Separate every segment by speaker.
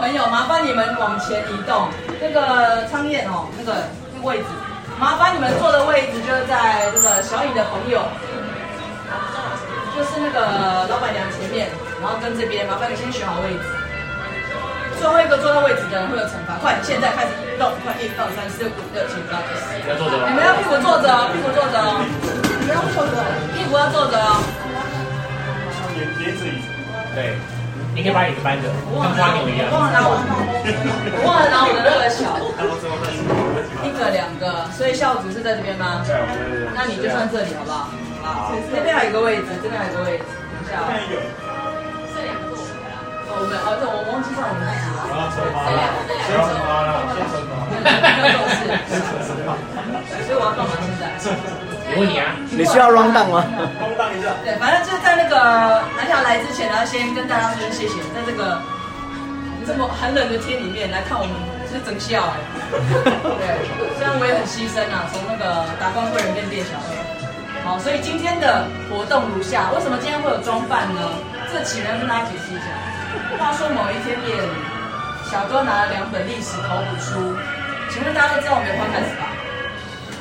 Speaker 1: 朋友，麻烦你们往前移动。这个苍燕哦，那个那个位置，麻烦你们坐的位置就是在这个小颖的朋友，就是那个老板娘前面，然后跟这边，麻烦你先选好位置。最后一个坐到位置的人会有惩罚，快，现在开始移动，快，一二三四五六七八九十。
Speaker 2: 要坐着
Speaker 1: 你
Speaker 2: 吗？
Speaker 1: 们要屁股坐着哦，屁股坐着哦，不要坐着，哦屁股要坐着哦。
Speaker 3: 叠叠子椅，
Speaker 2: 对，你可以把椅子搬着，
Speaker 1: 我
Speaker 2: 跟
Speaker 1: 忘了拿
Speaker 2: 花
Speaker 1: 我
Speaker 2: 牛一
Speaker 1: 的，
Speaker 2: 样
Speaker 1: 我。忘了拿我的，我忘了拿我的那个小，
Speaker 3: 然后最后再是
Speaker 1: 一个两个，所以校组是在这边吗？
Speaker 3: 对，我们
Speaker 1: 那你就算这里好不好？好，这边还有一个位置，这边还有一个位置，等一下
Speaker 3: 看
Speaker 1: 哦。
Speaker 3: 有，
Speaker 1: 哦，我们哦，这我忘记上我们
Speaker 3: 我
Speaker 1: 自
Speaker 3: 要惩罚了，谁要惩罚了？先惩罚，先惩罚，
Speaker 1: 己，所以我要干嘛现在？
Speaker 2: 我问你啊，
Speaker 4: 你需要 round down 吗？
Speaker 3: 空荡一下，
Speaker 1: 对，反正就是在那个南条来之前，然后先跟大家说声谢谢，在这个这么寒冷的天里面来看我们，是真笑哎。对，虽然我也很牺牲啊，从那个达官贵人变店小二。好，所以今天的活动如下：为什么今天会有装扮呢？这起源跟大家解释一下。话说某一天夜里，小哥拿了两本历史考古书，请问大家都知道我们有翻开始吧？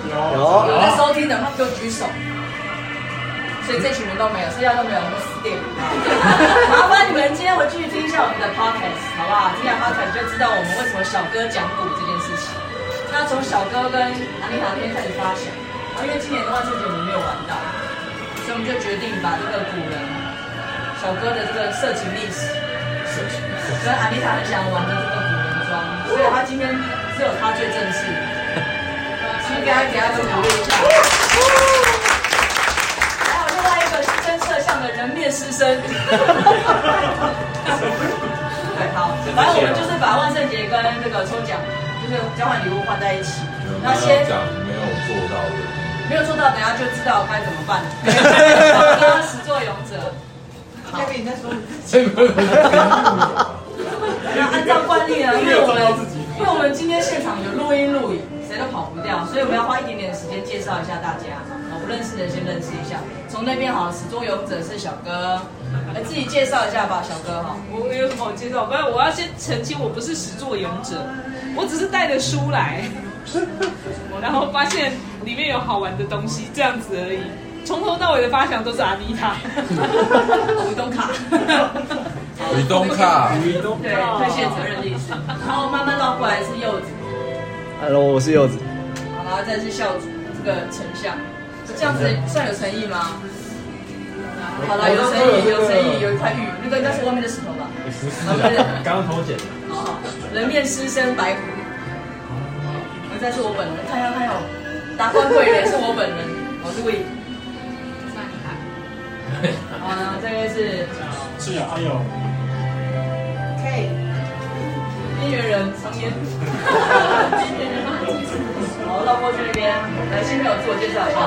Speaker 4: 有
Speaker 1: 有在收听的话就举手。所以这群人都没有，剩下都没有，我们死定了。麻烦你们今天回去听一下我们的 podcast，好不好？听一下 podcast 就知道我们为什么小哥讲古这件事情。那从小哥跟南丽堂那边开始发想，然后因为今年的万圣节我们没有玩到，所以我们就决定把这个古人小哥的这个色情历史，跟安丽塔很想玩的这个古人装，所以他今天只有他最正式。请给他给他们鼓励一下。还有另外一个是真摄像的人面狮身。对，好，反正我们就是把万圣节跟这个抽奖，就是交换礼物放在一起。
Speaker 3: 嗯
Speaker 1: 那先
Speaker 5: 讲没有做到的，
Speaker 1: 没有做到，等下就知道该怎么办。大家始作俑者。
Speaker 2: 这不
Speaker 1: 那按照惯例呢，因为我们因为我们今天现场有录音录影，谁都跑不掉，所以我们要花一点点时间介绍一下大家。好，不认识的先认识一下。从那边好，始作俑者是小哥，来自己介绍一下吧，小哥哈。
Speaker 6: 我我有什么好介绍？不然我要先澄清，我不是始作俑者，我只是带着书来，然后发现里面有好玩的东西，这样子而已。从头到尾的发想都是阿妮塔，
Speaker 1: 股东卡，
Speaker 5: 吕东卡，
Speaker 1: 对，推卸责任意识。然后慢慢绕过来是柚子，
Speaker 4: ？Hello，我是柚子。
Speaker 1: 好，然后再是校主这个丞相，这样子算有诚意吗？好了，有诚意，有诚意，有一块玉，那个应该是外面的石头吧？
Speaker 2: 不
Speaker 1: 啊，不是。
Speaker 2: 刚头剪的。
Speaker 1: 哦，人面狮身白骨。我再是我本人，看一下看一下我，达官贵人是我本人，我是魏。好，然后这位是
Speaker 3: 是啊，哎呦，
Speaker 1: 边缘人常言。边缘人好，绕过去那边，来，先给我自我介绍一下。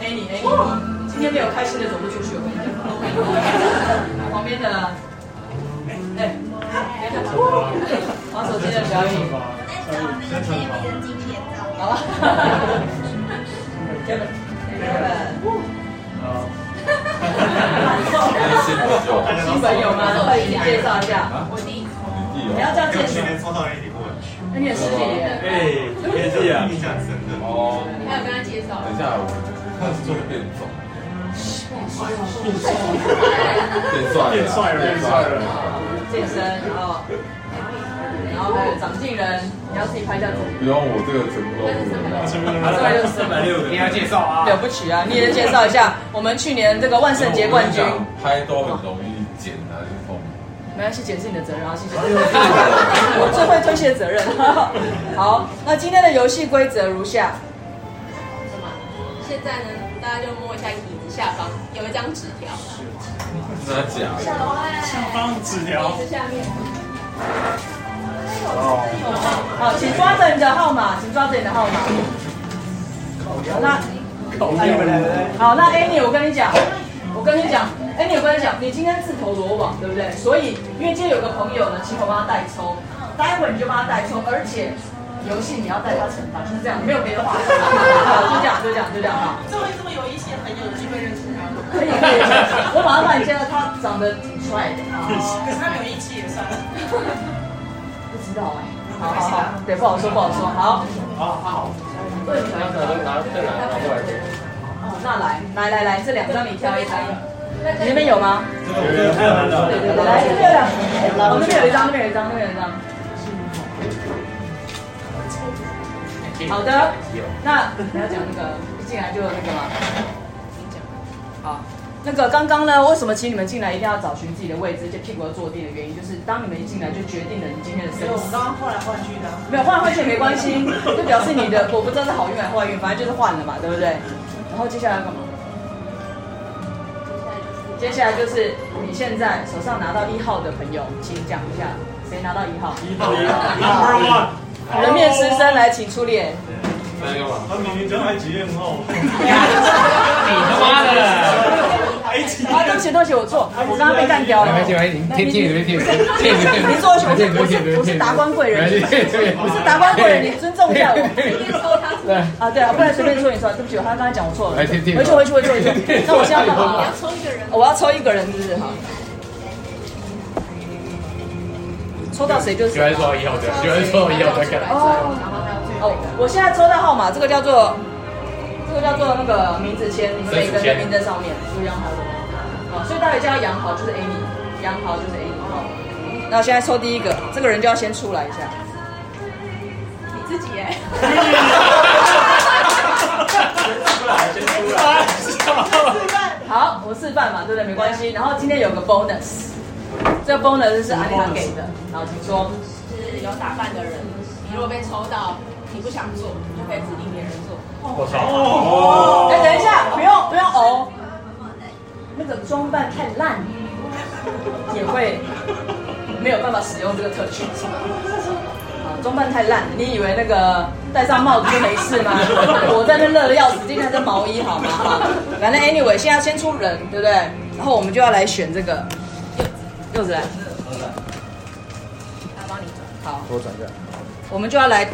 Speaker 1: 哎你哎你，今天没有开心的走不出去，我跟你讲。我旁边的，哎，别看我，玩手机的小雨。
Speaker 3: 先惩罚，
Speaker 1: 好吧。Kevin。Kevin。
Speaker 3: 啊，
Speaker 5: 新朋友，
Speaker 1: 新朋友吗？快点介绍一下。不要这样介
Speaker 3: 跟
Speaker 1: 绍
Speaker 3: 去，年抽到一礼物，
Speaker 1: 那你也是你耶。
Speaker 3: 哎，也是啊，印象深刻，
Speaker 5: 哦，等一下，我做变种，变帅，变帅了，变帅了，
Speaker 1: 健身，然后，然后还有长进人，你要自己拍一下自己。
Speaker 5: 不用我这个全部都录了，
Speaker 3: 他
Speaker 1: 这个就是
Speaker 2: 三百六的，你要介绍啊
Speaker 1: 了不起啊！你也介绍一下我们去年这个万圣节冠军。
Speaker 5: 拍都很容易剪啊，就封。
Speaker 1: 没关系，解释你的责任啊，谢谢。我最会推卸责任。好，那今天的游戏规则如下：
Speaker 7: 现在呢，大家就摸一下椅子下方有一张纸条，
Speaker 5: 真的假的？
Speaker 3: 下方纸条，
Speaker 7: 椅子下面
Speaker 1: 好，请抓着你的号码，请抓着你的号码。那好，那 Annie，我跟你讲，我跟你讲，Annie，我跟你讲，你今天自投罗网，对不对？所以，因为今天有个朋友呢，请我帮他代抽，待会你就帮他代抽，而且游戏你要带他惩罚，就是这样，没有别的话题。好，就这样，就这样，就这样啊。
Speaker 7: 终于这么有一些很有机会认识他。
Speaker 1: 可以可以，我我老板觉得他长得挺帅的，
Speaker 3: 可是他没有义气也算了。
Speaker 1: 不知道哎、好好好，对，不好说不好说。好，
Speaker 2: 哦，好，
Speaker 1: 对，
Speaker 5: 拿拿对拿拿过来这个，
Speaker 1: 哦，那来来来来，这两张你挑一张，你
Speaker 7: 你
Speaker 1: 那边有吗？
Speaker 3: 有有还有难的，
Speaker 1: 对对对，来这边有两，我那边有一张，那边有一张，那边有一张。好的，那你要讲那个，一进来就那个嘛。好，那个刚刚呢，为什么请你们进来一定要找寻自己的位置，而且屁股要坐地的原因，就是当你们一进来就决定了你今天的生
Speaker 3: 所以我
Speaker 1: 死
Speaker 3: 们。刚刚换来换去的。
Speaker 1: 没有换来换去也没关系，就表示你的我不知道是好运还是坏运，反正就是换了嘛，对不对？然后接下来要干嘛？接下来就是你现在手上拿到一号的朋友，请讲一下谁拿到一号？
Speaker 3: 一号一号
Speaker 2: Number one，
Speaker 1: 人面狮身来，请出列。
Speaker 5: 那干嘛？
Speaker 3: 他明明叫埃及艳后，
Speaker 2: 你他妈的！
Speaker 3: 埃及
Speaker 1: 啊，对不起，对不起，我错，我刚刚被干掉了。
Speaker 2: 没关系，没关系，你贴贴你贴贴
Speaker 1: 你坐下，我是我是我是达官贵人，我是达官贵人，你尊重一下我。
Speaker 7: 抽他出来，
Speaker 1: 啊，对啊，不然随便说一说，对不起，我刚刚讲我错了。
Speaker 2: 来
Speaker 1: 回
Speaker 2: 贴贴
Speaker 1: 去回去回去回去，那我现在要干
Speaker 7: 你
Speaker 1: 嘛
Speaker 7: 要？抽一个人，
Speaker 1: 我要抽一个人，是不是？好，抽到谁就是
Speaker 2: 有人
Speaker 1: 谁。
Speaker 2: 说以后的，有人说以后的
Speaker 7: 然
Speaker 2: 干。
Speaker 7: 后还要
Speaker 1: 哦，我现在抽到号码，这个叫做这个叫做那个名字签，你们每个人的名字在上面，属羊好的。好，所以大家叫杨豪就是 Amy，杨豪就是 Amy。好，那我现在抽第一个，这个人就要先出来一下。
Speaker 7: 你自己哎，
Speaker 1: 好，我示范嘛，对不对？没关系。然后今天有个 bonus，这个 bonus 是阿丽塔给的。然后请说，
Speaker 7: 是有打扮的人，你如果被抽到，你不想做，你就可以指定别人做。
Speaker 2: 我操！
Speaker 3: 哦
Speaker 1: 哎，等一下，不用不用哦。那个装扮太烂，也会没有办法使用这个特权。啊，装扮太烂，你以为那个戴上帽子就没 事吗？我在那边热的要死，今天还穿毛衣好吗？哈，反正 anyway，现在先出人，对不对？然后我们就要来选这个柚子，柚子来，
Speaker 7: 来帮你转，
Speaker 1: 好。
Speaker 4: 我转一下。
Speaker 1: 我们就要来，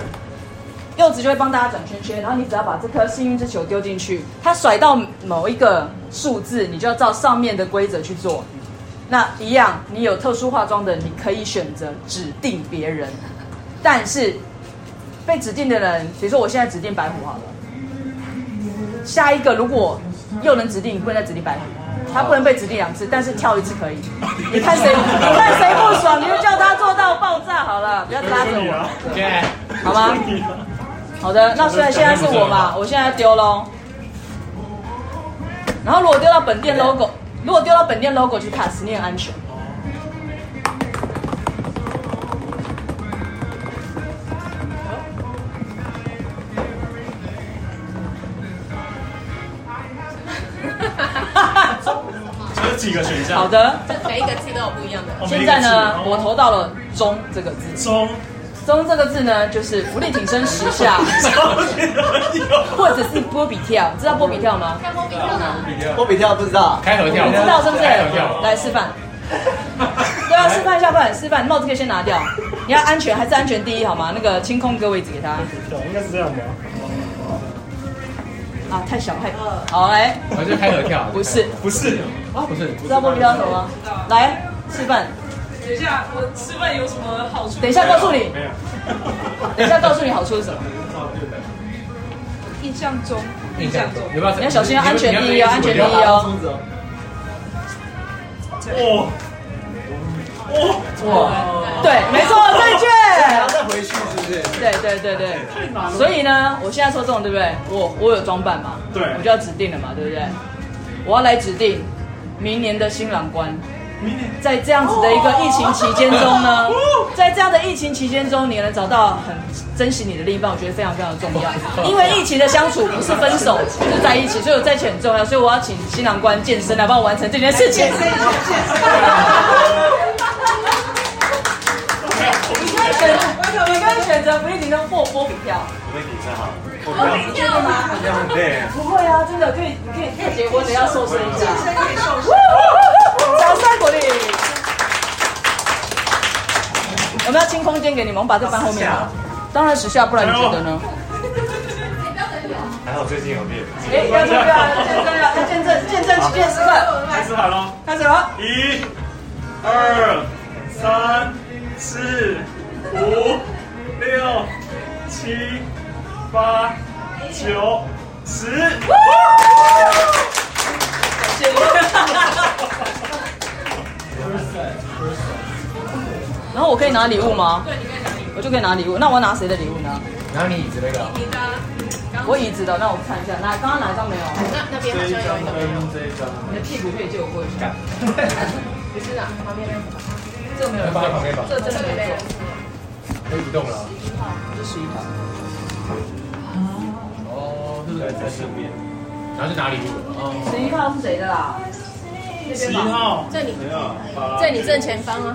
Speaker 1: 柚子就会帮大家转圈圈，然后你只要把这颗幸运之球丢进去，它甩到某一个数字，你就要照上面的规则去做。那一样，你有特殊化妆的，你可以选择指定别人，但是被指定的人，比如说我现在指定白虎好了，下一个如果又能指定，你不能再指定白虎。他不能被指定两次，但是跳一次可以。你看谁，你看谁不爽，你就叫他做到爆炸好了，不要拉着我。
Speaker 2: 现在
Speaker 1: 好吗？好的，那虽然现在是我嘛，我现在丢喽。然后如果丢到本店 logo，如果丢到本店 logo 去 pass，你很安全。
Speaker 3: 这几个选项。
Speaker 1: 好的，
Speaker 7: 这每一个字都有不一样的。
Speaker 3: 我们
Speaker 1: 现
Speaker 3: 啊一个
Speaker 1: 在
Speaker 3: 字
Speaker 1: 呢，我
Speaker 3: 哦
Speaker 1: 投到了“中”这个字。
Speaker 3: 中
Speaker 1: “中”这个字呢，就是福利挺身时下， 或者是波比跳，知道波比跳吗？
Speaker 7: 看莫比特呢？
Speaker 4: 波比跳不知道，
Speaker 2: 开合跳，
Speaker 1: 你知道是不是
Speaker 2: 开合跳，？
Speaker 1: 来示范。对啊，示范一下，快点示范。帽子可以先拿掉，你要安全还是安全第一好吗？那个清空一个位置给他。
Speaker 3: 应该是这样吧？
Speaker 1: 啊，太小太。好来，
Speaker 2: 我就开合跳，
Speaker 1: 不是，
Speaker 3: 不是，
Speaker 2: 啊，不是，
Speaker 1: 知道波比跳什么吗？来示范，
Speaker 6: 等一下，我吃饭有什么好处？
Speaker 1: 等一下告诉你，
Speaker 3: 没有。
Speaker 1: 等一下告诉你好处是什么。
Speaker 6: 印象中，
Speaker 2: 印象中，有没有？
Speaker 1: 你要小心安全第一哦，安全第一
Speaker 2: 哦。
Speaker 1: 哦。
Speaker 3: 哦哦，
Speaker 1: 对，没错，正
Speaker 4: 还要
Speaker 1: 确。
Speaker 4: 再回去是不是？
Speaker 1: 对对对对。所以呢，我现在抽中对不对？我我有装扮嘛，
Speaker 3: 对
Speaker 1: 我就要指定了嘛，对不对？我要来指定明年的新郎官。
Speaker 3: 明年
Speaker 1: 在这样子的一个疫情期间中呢，在这样的疫情期间中，你能找到很珍惜你的另一半，我觉得非常非常重要。因为疫情的相处不是分手，是在一起，所以我在一起很重要。所以我要请新郎官健身来帮我完成这件事情。你可以选择，你可以选择不一定能破波比跳。
Speaker 3: 我为你站好，
Speaker 1: 你跳吗？
Speaker 3: 这样很累。
Speaker 1: 不会啊，真的可以，你可以，可以结婚的要瘦身一下。掌声鼓励。有没有清空间给你们？我们把这搬后面吧。当然时下，不然你觉得呢？
Speaker 3: 还好最近有练。哎
Speaker 1: 哎，要这个，要见证，要见证，见现在去健身了。
Speaker 3: 开始好了，
Speaker 1: 开始了，
Speaker 3: 一、二、三、四、五、六、七、八、九、十。
Speaker 1: 然后我可以拿礼物吗？对，你可以拿礼物，我就可以拿礼物。那我要拿谁的礼物呢？
Speaker 2: 然后你椅子那个啊，
Speaker 7: 你的刚
Speaker 1: 我椅子的，那我看一下，那刚刚哪一张没有？
Speaker 7: 那那边好像有一个没有，
Speaker 3: 这一张，
Speaker 1: 你的屁股可以借我过一下，
Speaker 7: 不是啊，旁边那个
Speaker 1: 这个没有人
Speaker 2: 放在旁边吧，
Speaker 1: 这真
Speaker 7: 这
Speaker 1: 的
Speaker 7: 个
Speaker 1: 没
Speaker 7: 没有
Speaker 1: 有，，
Speaker 2: 可以不动了啊。
Speaker 1: 这十一条。
Speaker 2: 哦，
Speaker 3: 这个在身边。
Speaker 2: 然后就拿礼物了。哦，
Speaker 1: 十一号是谁的啦？那
Speaker 3: 十
Speaker 1: 边
Speaker 3: 一
Speaker 1: 吧。
Speaker 3: 号，
Speaker 7: 在你
Speaker 3: 没有，
Speaker 7: 在你正前方啊，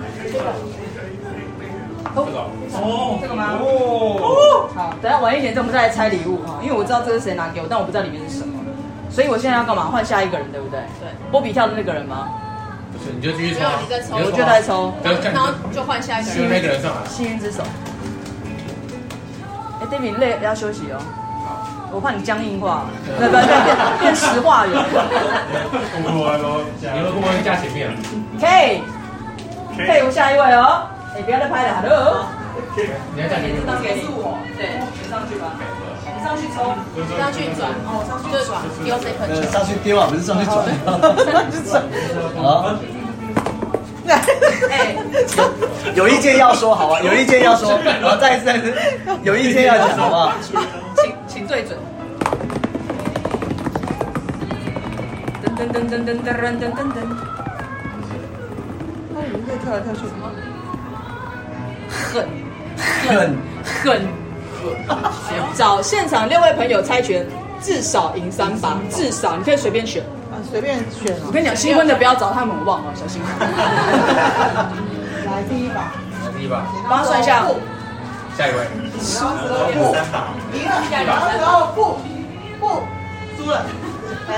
Speaker 3: 哦，
Speaker 1: 这个吗
Speaker 3: 哦，
Speaker 1: 好，等下晚一点之后我们再来拆礼物哈，因为我知道这是谁拿给我，但我不知道里面是什么，所以我现在要干嘛？换下一个人，对不对？
Speaker 7: 对。
Speaker 1: 波比跳的那个人吗？
Speaker 2: 不是，你就继续抽
Speaker 7: 没
Speaker 2: 啊
Speaker 7: 有，你在抽
Speaker 2: 你
Speaker 1: 我
Speaker 2: 就
Speaker 1: 就
Speaker 2: 啊
Speaker 1: 在，抽
Speaker 2: 对，这
Speaker 7: 然后
Speaker 2: 样
Speaker 7: 就换下一
Speaker 2: 你
Speaker 7: 个
Speaker 2: 就就
Speaker 7: 人。
Speaker 2: 那个人上来了。
Speaker 1: 幸运之手。哎，David 累了要休息哦。我怕你僵硬化，对不对？变变石 化人。
Speaker 2: 你们会不会加前面啊？
Speaker 1: K，佩服下一位哦。哎，不要再拍了，Hello。
Speaker 2: 你要加前面吗？
Speaker 1: 给是我，对，你上去吧。你上去 抽。
Speaker 7: 上去转，哦，上去转，丢这颗
Speaker 4: 呃，
Speaker 7: 球。
Speaker 4: 上去丢啊，不是上去转， 上去转。啊，
Speaker 1: 哎，
Speaker 4: 有意见要说好啊，有意见要说，然后再一次再一次，有意见要讲好不好？
Speaker 1: 请请对准。噔噔噔噔噔噔噔噔噔噔。它里面可以跳来跳去什么？
Speaker 4: 很
Speaker 1: 很很。找现场六位朋友猜拳，至少赢三把，至少你可以随便选。
Speaker 8: 啊，随便选
Speaker 1: 我
Speaker 8: 哦。
Speaker 1: 跟你讲，新婚的不要找他们，我忘了，小心。
Speaker 8: 来第一把，
Speaker 2: 第一把，
Speaker 1: 帮他算一下，
Speaker 2: 下一位，
Speaker 8: 赢了，然后不不输了，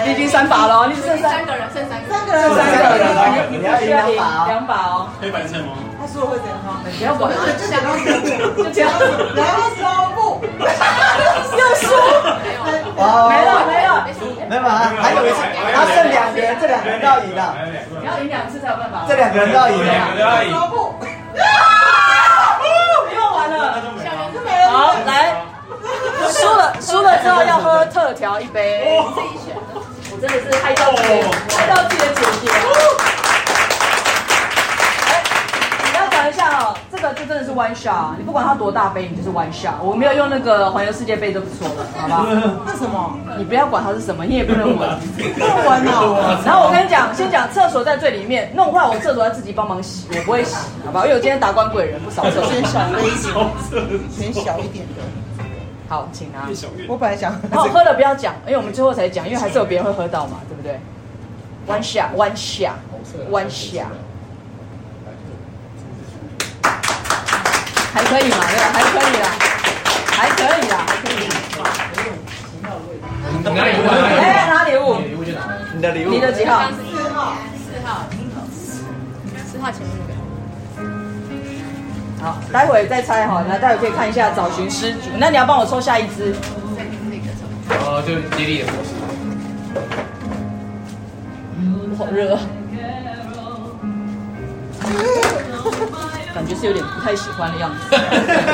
Speaker 1: 你已经三把了哦，你只剩
Speaker 7: 剩
Speaker 1: 三
Speaker 7: 三个人，剩三个
Speaker 8: 三
Speaker 7: 人。
Speaker 8: 个人，
Speaker 1: 三
Speaker 4: 三
Speaker 1: 个
Speaker 4: 个
Speaker 1: 人
Speaker 4: 人
Speaker 1: 哦，
Speaker 4: 哦
Speaker 1: 你必须要赢两把哦。
Speaker 3: 黑白菜吗？
Speaker 8: 他输了会怎样？
Speaker 1: 不要管，
Speaker 7: 下个人
Speaker 1: 就这样，
Speaker 8: 然后说不，
Speaker 1: 又输，
Speaker 4: 哇，
Speaker 1: 没了没了，
Speaker 4: 没有啊，还有一次，他剩两个人，这两个人要赢的，
Speaker 1: 你要赢两次才有办法。
Speaker 4: 这两个人要赢
Speaker 3: 两
Speaker 4: 的，
Speaker 3: 个阿姨，
Speaker 8: 说不，
Speaker 1: 不用玩了。
Speaker 7: 校园是
Speaker 8: 没了，
Speaker 1: 好，来，输了输了之后要喝特调一杯。
Speaker 7: 自己选的，
Speaker 1: 我真的是害到自己，害到自己的姐姐。哎你要讲一下哦，这个就真的是 one shot，你不管它多大杯，你就是 one shot。我没有用那个环游世界杯就不错了，好吧？
Speaker 8: 那什么？
Speaker 1: 你不要管它是什么，你也不能闻。
Speaker 8: 论文哦，
Speaker 1: 然后我跟你讲，先讲厕所在最里面，弄坏我厕所要自己帮忙洗，我不会洗，好吧？因为我今天达官贵人，不扫厕所。
Speaker 8: 选小的一点，
Speaker 3: 色，
Speaker 8: 选小一点的。
Speaker 1: 好，请拿。
Speaker 3: 小月
Speaker 8: 我本来想，
Speaker 1: 然后哦喝了不要讲，因为我们最后才讲，因为还是有别人会喝到嘛，对不对？One shot, one shot,
Speaker 2: 红色
Speaker 1: one shot，还可以嘛？对吧？还可以啦，还可以啦，还可以。
Speaker 2: 你拿礼物啊，
Speaker 1: 嗯哎，拿礼物
Speaker 2: 你，礼物就拿了。
Speaker 4: 你的礼物
Speaker 1: 你，的几号
Speaker 7: 刚？是四号，四号，四号前面那
Speaker 1: 好，待会再猜哈，那待会可以看一下找寻失主。那你要帮我抽下一只，
Speaker 7: 个，这
Speaker 2: 哦，就
Speaker 7: 个是一个抽。
Speaker 2: 接力的模式。
Speaker 1: 我好热啊，感觉是有点不太喜欢的样子。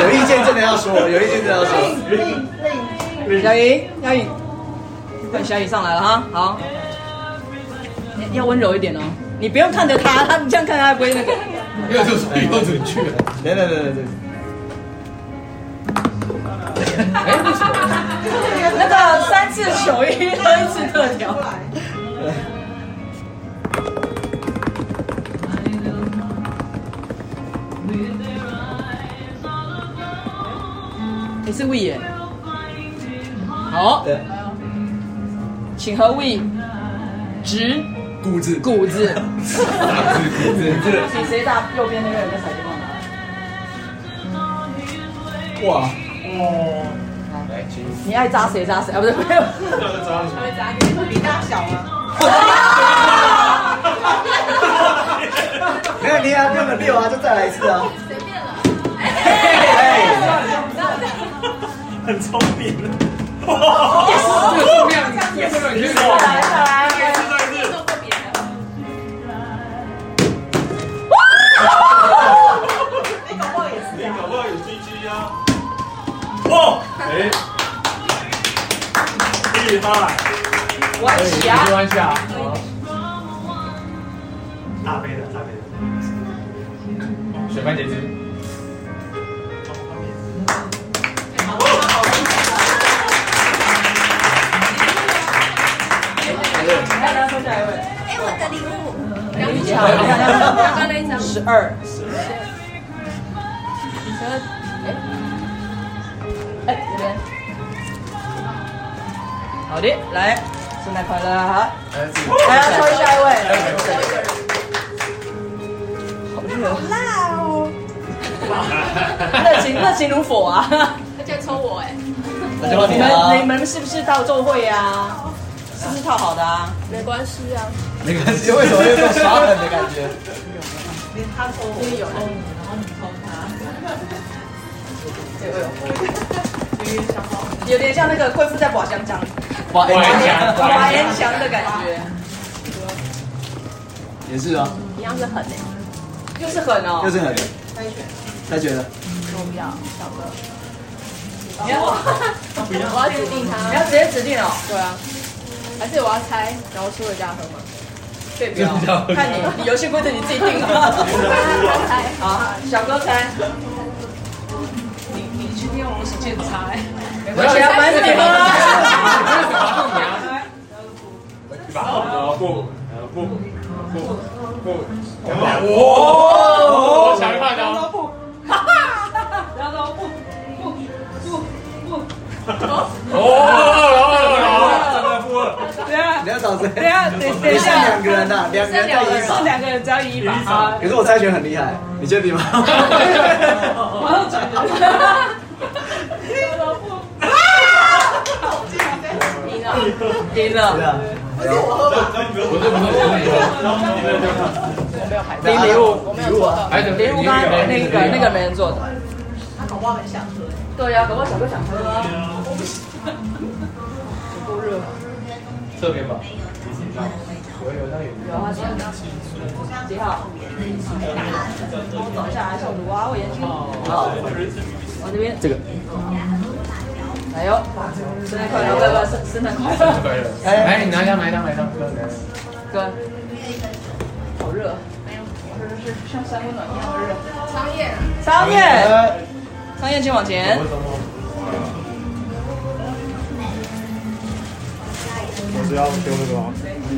Speaker 4: 有意见真的要说， 有意见真的要说。
Speaker 8: 令令令，
Speaker 1: 小颖，小颖，快小颖上来了哈，好，要要温柔一点哦，你不用看着他，他你这样看他不会那个。
Speaker 2: 又准出又准去了。
Speaker 4: 来来来来来，
Speaker 2: 哎，为什么？
Speaker 1: 那个三次球衣，喝一次特调
Speaker 8: 出。来，
Speaker 1: 你哎是 We 耶？好，
Speaker 4: 对，
Speaker 1: 请和 We 直
Speaker 4: 谷子，
Speaker 1: 谷子。
Speaker 4: 谷子，
Speaker 1: 请 谁打右边那个人的彩球棒呢？
Speaker 4: 哇，
Speaker 2: 来，请
Speaker 1: 你爱扎谁扎谁啊？不是，没有。
Speaker 7: 他会砸给你，
Speaker 8: 大小啊，
Speaker 4: 没有你啊，根本六啊，就再来一次啊。
Speaker 7: 随便了。
Speaker 4: 哎，
Speaker 3: 很聪明。
Speaker 2: 数量，数量，
Speaker 1: 再来，再来，
Speaker 3: 再一次，再一次，
Speaker 6: 关系啊
Speaker 2: 没。关系啊。
Speaker 3: 大杯的，大杯的。
Speaker 2: 雪白姐姐，
Speaker 1: 来，大家抽下一位。
Speaker 7: 哎，我的礼物，然后
Speaker 1: 好
Speaker 7: 刚刚那一张，
Speaker 1: 十二。哎，这边。好的，来，圣诞快乐哈！来，要抽下一位。好热，好辣哦！热情热情如火啊！
Speaker 7: 他竟然抽我哎，
Speaker 4: 那就换
Speaker 1: 你
Speaker 4: 你了
Speaker 1: 们你。们是不是到奏会啊？是不是套好的啊？
Speaker 7: 没关系啊，
Speaker 4: 没关系，为什么有种耍狠的感觉？
Speaker 8: 连他抽我，
Speaker 1: 有抽你，然后你抽他。这个有点像那个贵妇在刮香肠，
Speaker 4: 哇，
Speaker 2: 哇哎呀
Speaker 4: 哎
Speaker 1: 刮烟香的感觉，
Speaker 4: 也是啊，
Speaker 7: 一样是狠哎，
Speaker 1: 又是狠哦
Speaker 4: 又。是很猜拳，猜拳了。
Speaker 7: 我不要，小哥，
Speaker 1: 你要
Speaker 7: 我要指定
Speaker 1: 你要
Speaker 7: 他，
Speaker 1: 直接指定哦，
Speaker 7: 对啊，还是我要猜，然后输了加分吗？
Speaker 1: 对，不要看你，你游戏规则你自己定啊。
Speaker 7: 猜，
Speaker 1: 好，小哥猜，
Speaker 6: 你你今天我是检查哎，
Speaker 1: 没关系啊，反正是你喝啊。
Speaker 3: 两把
Speaker 2: 哦，想看到，
Speaker 6: 然后不不不
Speaker 2: 哦，
Speaker 6: 不，等一下
Speaker 4: 你要找谁？
Speaker 6: 等一下等
Speaker 4: 你
Speaker 6: 等一
Speaker 4: 剩
Speaker 6: 下
Speaker 4: 两，个人呐，两个人
Speaker 6: 两个
Speaker 4: 带
Speaker 6: 人啊是
Speaker 4: 一把。
Speaker 6: 两个人只要一把啊，
Speaker 4: 可是我猜拳很厉害，你确定吗？
Speaker 6: 我要转人。
Speaker 7: 赢了，
Speaker 1: 赢
Speaker 4: 对
Speaker 1: 了，
Speaker 4: 啊，
Speaker 2: 不是不
Speaker 4: 零礼物，礼物啊，
Speaker 2: 是，
Speaker 1: 礼物刚刚那个那个没人做的。
Speaker 8: 他搞不好很想喝。
Speaker 1: 对呀，搞不好小哥想喝啊。
Speaker 2: 这边吧，
Speaker 1: 有啊，几号？我找一下啊，消毒啊，我眼睛。
Speaker 4: 好，
Speaker 1: 我这边
Speaker 4: 这个，
Speaker 1: 哎呦，生日快乐，拜拜，生生日快乐，
Speaker 2: 可以了。哎，你拿一张，拿一张，拿一张，哥，拿一张。
Speaker 1: 哥。好热，没有，这是像三温暖一样的热。
Speaker 7: 商业啊，
Speaker 1: 商业，商业请往前。
Speaker 3: 我是要丢那个吗？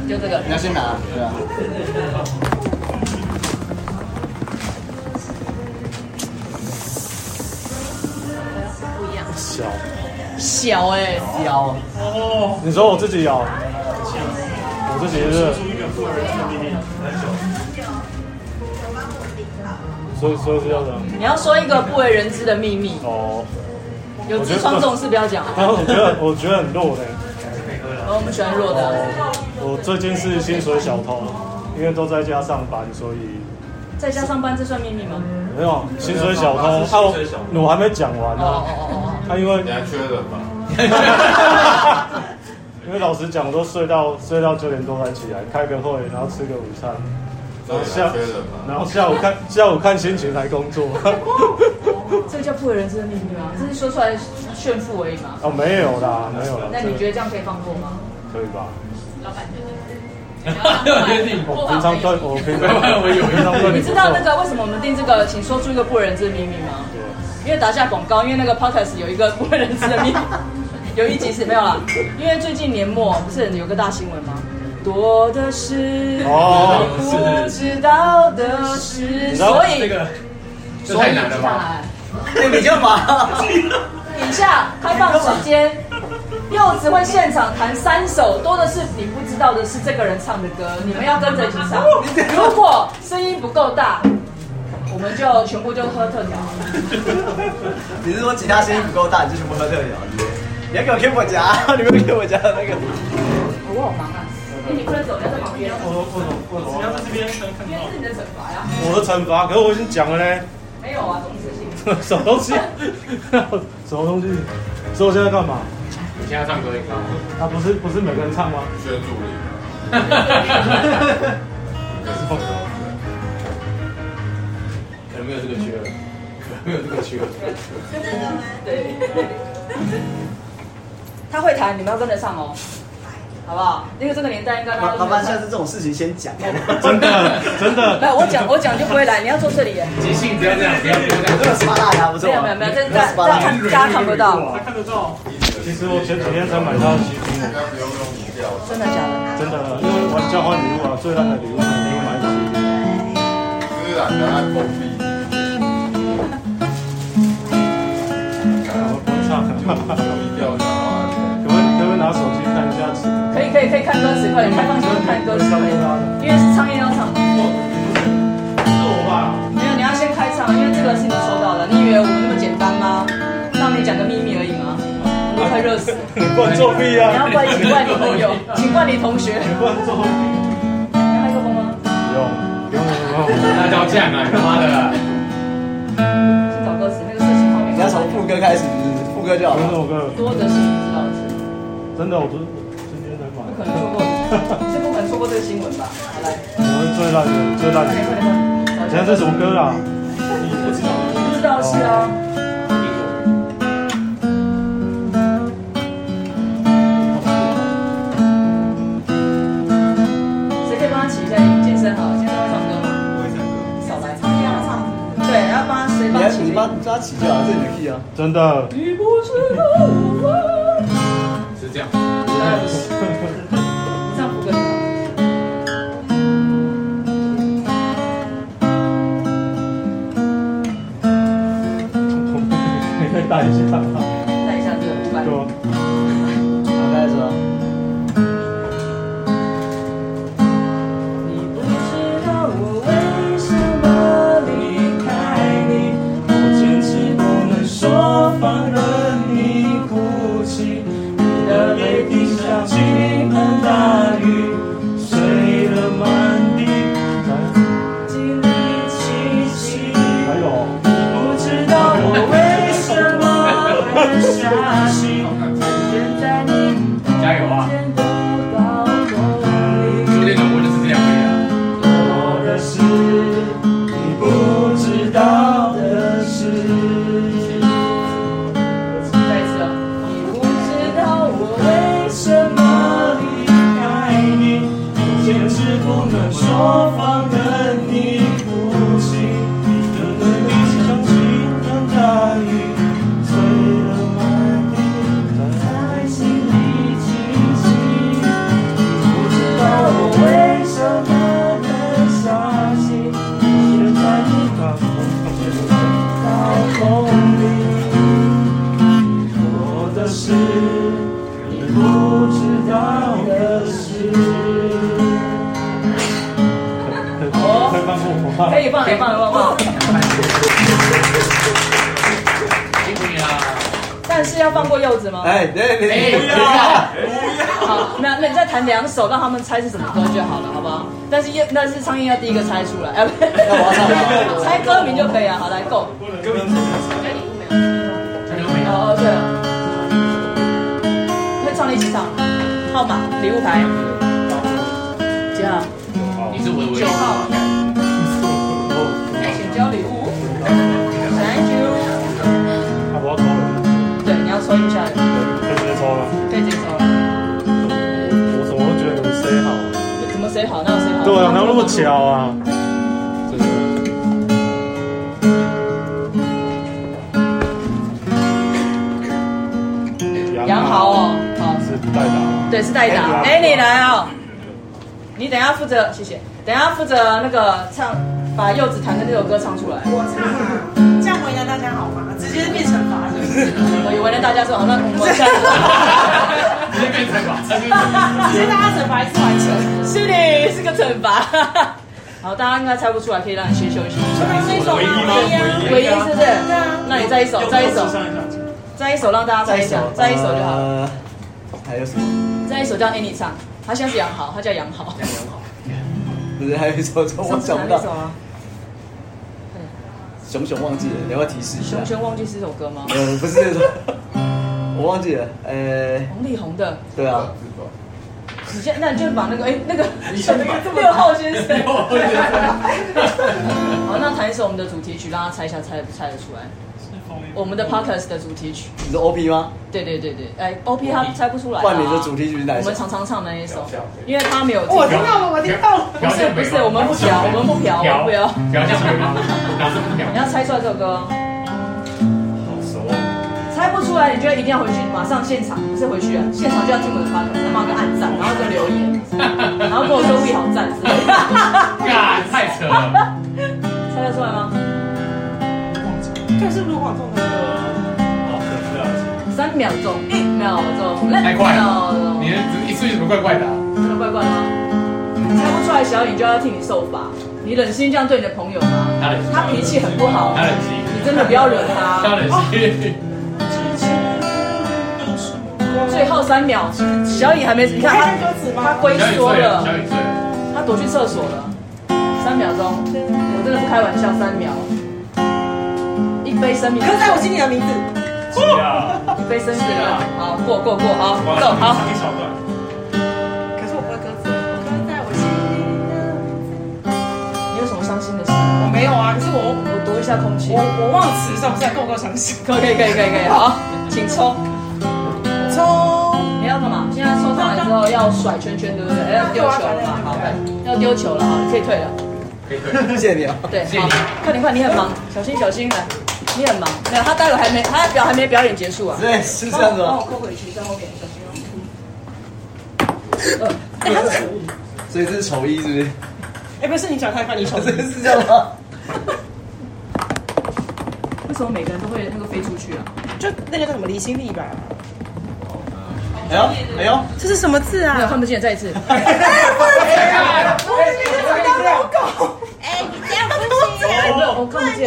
Speaker 1: 就这个
Speaker 4: 你要先拿，对啊。
Speaker 7: 不一样，
Speaker 3: 小。
Speaker 1: 小哎、
Speaker 4: 腰，
Speaker 3: 你说我自己咬？我自己是。所以，所以是要这样。
Speaker 1: 你要说一个不为人知的秘密，
Speaker 3: 哦，
Speaker 1: 有痔疮这种事不要讲。
Speaker 3: 但我觉得我觉得很弱嘞、
Speaker 1: 然后我们喜欢弱的，
Speaker 3: 我最近是薪水小偷，因为都在家上班，所以
Speaker 1: 在家上班这算秘密吗？
Speaker 3: 没有薪水小偷。啊，我我还没讲完
Speaker 1: 哦
Speaker 3: 呢、
Speaker 1: 哦
Speaker 3: 啊。
Speaker 1: 哦
Speaker 3: 他、因为
Speaker 5: 你还缺人吧？
Speaker 3: 因为老实讲，我都睡到睡到九点多才起来，开个会，然后吃个午餐，然
Speaker 5: 对
Speaker 3: 后
Speaker 5: 你
Speaker 3: 下
Speaker 5: 还缺人吧？
Speaker 3: 然后下午看下午看心情来工作。
Speaker 1: 哦哦， 这个叫不为人知的秘密吗？这是说出来炫富而已嘛。
Speaker 3: 哦，没有啦，没有啦。
Speaker 1: 那你
Speaker 3: 得
Speaker 1: 觉得这样可以放过吗？
Speaker 3: 可以吧？
Speaker 7: 老板觉得
Speaker 2: 我决定，
Speaker 3: 我平常对我平常
Speaker 2: 我以为
Speaker 3: 平常对
Speaker 1: 你
Speaker 3: 你
Speaker 1: 知 道那
Speaker 3: 不错
Speaker 1: 个为什么我们定这个，请说出一个不为人知的秘密吗？
Speaker 3: 对
Speaker 1: 因为打下广告，因为那个 podcast 有一个不为人知的 秘密，有一集是没有啦。因为最近年末不是有个大新闻吗？多的是
Speaker 3: 哦
Speaker 1: 你不知道的事，
Speaker 3: 知道
Speaker 1: 所以哎
Speaker 2: 这个这太难了吧？
Speaker 4: 那你啊干嘛？
Speaker 1: 以下开放时间，柚子会现场弹三首，多的是你不知道的是这个人唱的歌，你们要跟着一起唱。如果声音不够大，我们就全部就喝特调。
Speaker 4: 你是说吉他声音不够大，你就全部喝特调？你要给我给我夹，你们给我夹那个。
Speaker 1: 我好忙啊，哎你不能走，你要在旁边，
Speaker 3: 我
Speaker 2: 在这边
Speaker 1: 因为是你的惩罚呀。
Speaker 3: 我的惩罚，可是我已经讲了嘞，
Speaker 1: 没有啊，总是性。
Speaker 3: 什么东西？ 什么东西？所以我现在干嘛？
Speaker 2: 你现在唱歌，你看我。
Speaker 3: 啊，不是不是每个人唱吗？
Speaker 5: 缺助理，可是
Speaker 2: 可能没有这个缺了，可能没有这个缺了。
Speaker 1: 他会弹，你们要跟着唱哦。好不好？那个这个年代应该大家
Speaker 4: 麻
Speaker 1: 都
Speaker 4: 麻烦
Speaker 1: 没
Speaker 4: 下
Speaker 1: 有
Speaker 4: 次这种事情先讲。
Speaker 2: 真的真的
Speaker 1: 没有，我讲我讲就不会来，你要坐这里耶。
Speaker 5: 即兴不要这样，不要这
Speaker 4: 我这
Speaker 5: 样。
Speaker 4: 个十八大牙不错
Speaker 1: 没有
Speaker 4: 啊，
Speaker 1: 没有没有，
Speaker 4: 这
Speaker 1: 这这
Speaker 4: 个
Speaker 1: 样
Speaker 4: 十
Speaker 1: 这
Speaker 4: 八大
Speaker 1: 样
Speaker 4: 牙
Speaker 1: 看大家看不到，
Speaker 3: 看得到。其实我前几天才买到西服，
Speaker 1: 真的假的？
Speaker 3: 真的，因为玩交换礼物啊，最烂的礼物肯定买不起。我不会唱，可不可以可不可以拿手机看一下词？
Speaker 1: 可以可以可以看歌词，快点开放给我看歌词，因为唱也要唱，
Speaker 3: 是我吧？
Speaker 1: 没有你要先开唱，因为这个是你收到的，你以为我们那么简单吗？让你讲个秘密而已吗？我都快热死了，
Speaker 4: 你给我作弊
Speaker 1: 你要
Speaker 4: 啊！
Speaker 1: 怪请怪你朋友，请怪你同学。
Speaker 3: 不能做。
Speaker 1: 你要麦克风吗？
Speaker 3: 用用用，
Speaker 5: 辣椒酱啊，他妈的！
Speaker 1: 先找歌词，那个事情方面。
Speaker 4: 你要从副歌开始，副歌就
Speaker 3: 有
Speaker 4: 好
Speaker 3: 这首
Speaker 4: 了。
Speaker 3: 歌，
Speaker 1: 多的是你知道的事，
Speaker 3: 真的，我昨今天才
Speaker 1: 不
Speaker 3: 买
Speaker 1: 可。能错过，是不可能错过这个新闻吧？好来，
Speaker 3: 我是最烂的，最烂
Speaker 1: 快点快
Speaker 3: 的。
Speaker 1: 点快点。
Speaker 3: 你看这什么歌啊？
Speaker 1: 不知道是啊，谁可以帮他起一下音？健身好了，健身会唱歌吗？
Speaker 4: 不会唱歌
Speaker 1: 少来唱，对，然后帮他谁
Speaker 4: 你
Speaker 1: 帮他
Speaker 4: 要
Speaker 1: 起
Speaker 4: 你
Speaker 1: 音？
Speaker 4: 帮抓起就好，这是你的 key 啊。
Speaker 3: 真的，
Speaker 1: 你不是我吗？
Speaker 5: 是这样，
Speaker 1: 当然不是，唱不更好。
Speaker 3: 你可以带一下。
Speaker 1: 再一下这个五百
Speaker 3: 对。啊吧？
Speaker 4: 好，大家知道。
Speaker 1: 你不知道我为什么离开你，
Speaker 3: 我坚持不能说放任你哭泣，你的泪滴像倾盆大雨，碎了满地。
Speaker 1: 经历清晰。
Speaker 3: 还有，
Speaker 1: 不知道我为什么很傻心，现在你
Speaker 5: 加油啊！
Speaker 1: 全都包括你。
Speaker 5: 酒店广播就是这样而
Speaker 3: 我的事你不知道的事。
Speaker 1: 再一次哦，你不知道我为什
Speaker 3: 怎么离开你？我坚持不能说放任你哭泣，你的泪滴像倾盆大雨，碎了满地，在心里清晰。不知道我为什么能傻心，现在你把我抱到风里。我的事，你不知道的事。
Speaker 1: 哦
Speaker 3: 可以放过我吗
Speaker 1: 可以放了，放了，放了。
Speaker 5: 已啊！辛苦你啦！
Speaker 1: 但是要放过柚子吗？
Speaker 4: 哎，对对
Speaker 5: 哎，
Speaker 4: 对，
Speaker 5: 不要！
Speaker 1: 好，那那你再弹两首，让他们猜是什么歌就好了，好不好？但是要但是苍蝇要第一个猜出来，哎，不
Speaker 4: 那我要唱什么
Speaker 1: 猜歌名就可以啊了。好，来，Go。
Speaker 5: 加油没有？
Speaker 1: 哦，对了，会唱的一起唱，号码、礼物牌，几号？
Speaker 5: 你是维维。
Speaker 1: 九号。请交礼物。Thank you。
Speaker 3: 啊，我要抽了，
Speaker 1: 对，你要抽一下，
Speaker 3: 可以直接抽了。
Speaker 1: 可以接受了。
Speaker 3: 我怎么会觉得你们 say 好？
Speaker 1: 怎么谁好，那谁好？
Speaker 3: 对啊，哪有那么巧啊？
Speaker 5: 真的。
Speaker 1: 杨豪哦，好。
Speaker 3: 是代打，
Speaker 1: 对，是代打。哎、你来哦，你等一下负责，谢谢。等一下负责那个唱，把柚子弹的那首歌唱出来。
Speaker 8: 我唱啊，这样为难大家好吗？直接变惩罚是不是？
Speaker 1: 我以为呢大家说好，那我们下次。
Speaker 5: 直接变成吧，真
Speaker 8: 直接大家惩罚一次完成。
Speaker 1: 是的，是个惩罚。好，大家应该猜不出来，可以让你先休息。
Speaker 8: 那首唯一吗？
Speaker 1: 唯一是不是？
Speaker 8: 对啊。
Speaker 1: 那你再一首，再一首，再一首，让大家猜一下，再一首就好了。
Speaker 4: 了。呃还有什么？
Speaker 1: 再一首叫 Annie 唱，他现在是杨豪，他叫杨豪。
Speaker 4: 不是还有一首，我
Speaker 1: 上次
Speaker 4: 想
Speaker 1: 弹
Speaker 4: 不
Speaker 1: 那首
Speaker 4: 到。
Speaker 1: 啊？
Speaker 4: 熊熊忘记了，你要不要提示一下
Speaker 1: 熊？熊忘记是首歌吗？
Speaker 4: 呃，不是那首，我忘记了。呃，
Speaker 1: 王力宏的。
Speaker 4: 对啊，
Speaker 1: 你先，那你就把那个哎、那个 六号先生，
Speaker 5: 六号先生
Speaker 1: 好，那弹一首我们的主题曲，让他猜一下猜不猜得出来。我们的 podcast 的主题曲。
Speaker 4: 你是 OP 吗？
Speaker 1: 对对对对，哎，OP 他猜不出来、啊。
Speaker 4: 冠冕的主题曲是哪一
Speaker 1: 我
Speaker 4: 首
Speaker 1: 们？常常唱那一首
Speaker 3: 跳跳，
Speaker 1: 因为他没有听。
Speaker 6: 我听到了，我听到了。
Speaker 1: 不是不是，我们不嫖，我们不嫖，我们不要。
Speaker 9: 不要这样对吗？哪是不
Speaker 1: 你要猜出来这首歌，
Speaker 3: 好熟哦，
Speaker 1: 猜不出来你就一定要回去，马上现场，不是回去啊，现场就要听我的 podcast，然后给我按赞，然后给我留言，然后跟我说 we 好赞之类的。
Speaker 9: 干，太扯了！
Speaker 1: 猜得出来吗？
Speaker 6: 这是卢广仲的歌，
Speaker 3: 好可惜啊！
Speaker 1: 三秒钟，一秒钟，两
Speaker 9: 太快
Speaker 1: 秒钟
Speaker 9: 你，的一瞬间怎么怪怪的啊？
Speaker 1: 真的怪怪吗？猜不出来小颖就要替你受罚，你忍心这样对你的朋友吗？
Speaker 9: 他忍心
Speaker 1: 他脾气很不好，
Speaker 9: 他忍心
Speaker 1: 你真的不要惹他。
Speaker 9: 当然是，
Speaker 1: 最后三秒，小颖还没，你看
Speaker 6: 还有
Speaker 1: 他
Speaker 6: 歌词
Speaker 1: 他
Speaker 6: 吗？
Speaker 1: 龟
Speaker 9: 小雨
Speaker 1: 缩
Speaker 9: 醉了，
Speaker 1: 了
Speaker 9: 小，雨醉了，
Speaker 1: 他躲去厕所了。三秒钟，我真的不开玩笑，三秒。一杯生命，
Speaker 6: 刻在我心里的名字。
Speaker 3: 是啊，
Speaker 1: 一杯生命的，好过过过，好
Speaker 3: 哇
Speaker 1: 走好。
Speaker 3: 一小段，
Speaker 6: 可是我不会歌词，刻在我心里的名字。
Speaker 1: 你有什么伤心的事？
Speaker 6: 我没有啊，可是我
Speaker 1: 我读一下空气
Speaker 6: 我。我忘词，算不算够不够伤心？
Speaker 1: 可以可以可以可以可以，好，请抽。
Speaker 6: 从
Speaker 1: 你要干嘛？现在抽上来之后要甩圈圈，对不对？要丢球了嘛？好，对，要丢球了，好，你可以退了。
Speaker 9: 可以对。
Speaker 4: 谢谢你啊！
Speaker 1: 对，
Speaker 9: 谢谢
Speaker 1: 好
Speaker 9: 你，
Speaker 1: 快点快点，你很忙，小心小心来，你很忙。没有，他待会还没，他表还没表演结束啊。
Speaker 4: 对，是这样子
Speaker 6: 帮我
Speaker 4: 吗？
Speaker 6: 扣回去，在后面小心哦。
Speaker 1: 呃
Speaker 6: 哎，他是丑
Speaker 4: 所以这是丑一，是
Speaker 6: 哎，不是你讲太快，你丑
Speaker 4: 不。是？是这样吗？
Speaker 1: 为什么每个人都会那个飞出去啊？
Speaker 6: 就那个叫什么离心力吧？
Speaker 4: 哎呦，哎呦，
Speaker 6: 这是什么字
Speaker 1: 没有
Speaker 6: 啊？
Speaker 1: 看不见，再一次。
Speaker 7: 哎，你这样不行，
Speaker 1: 我看不见。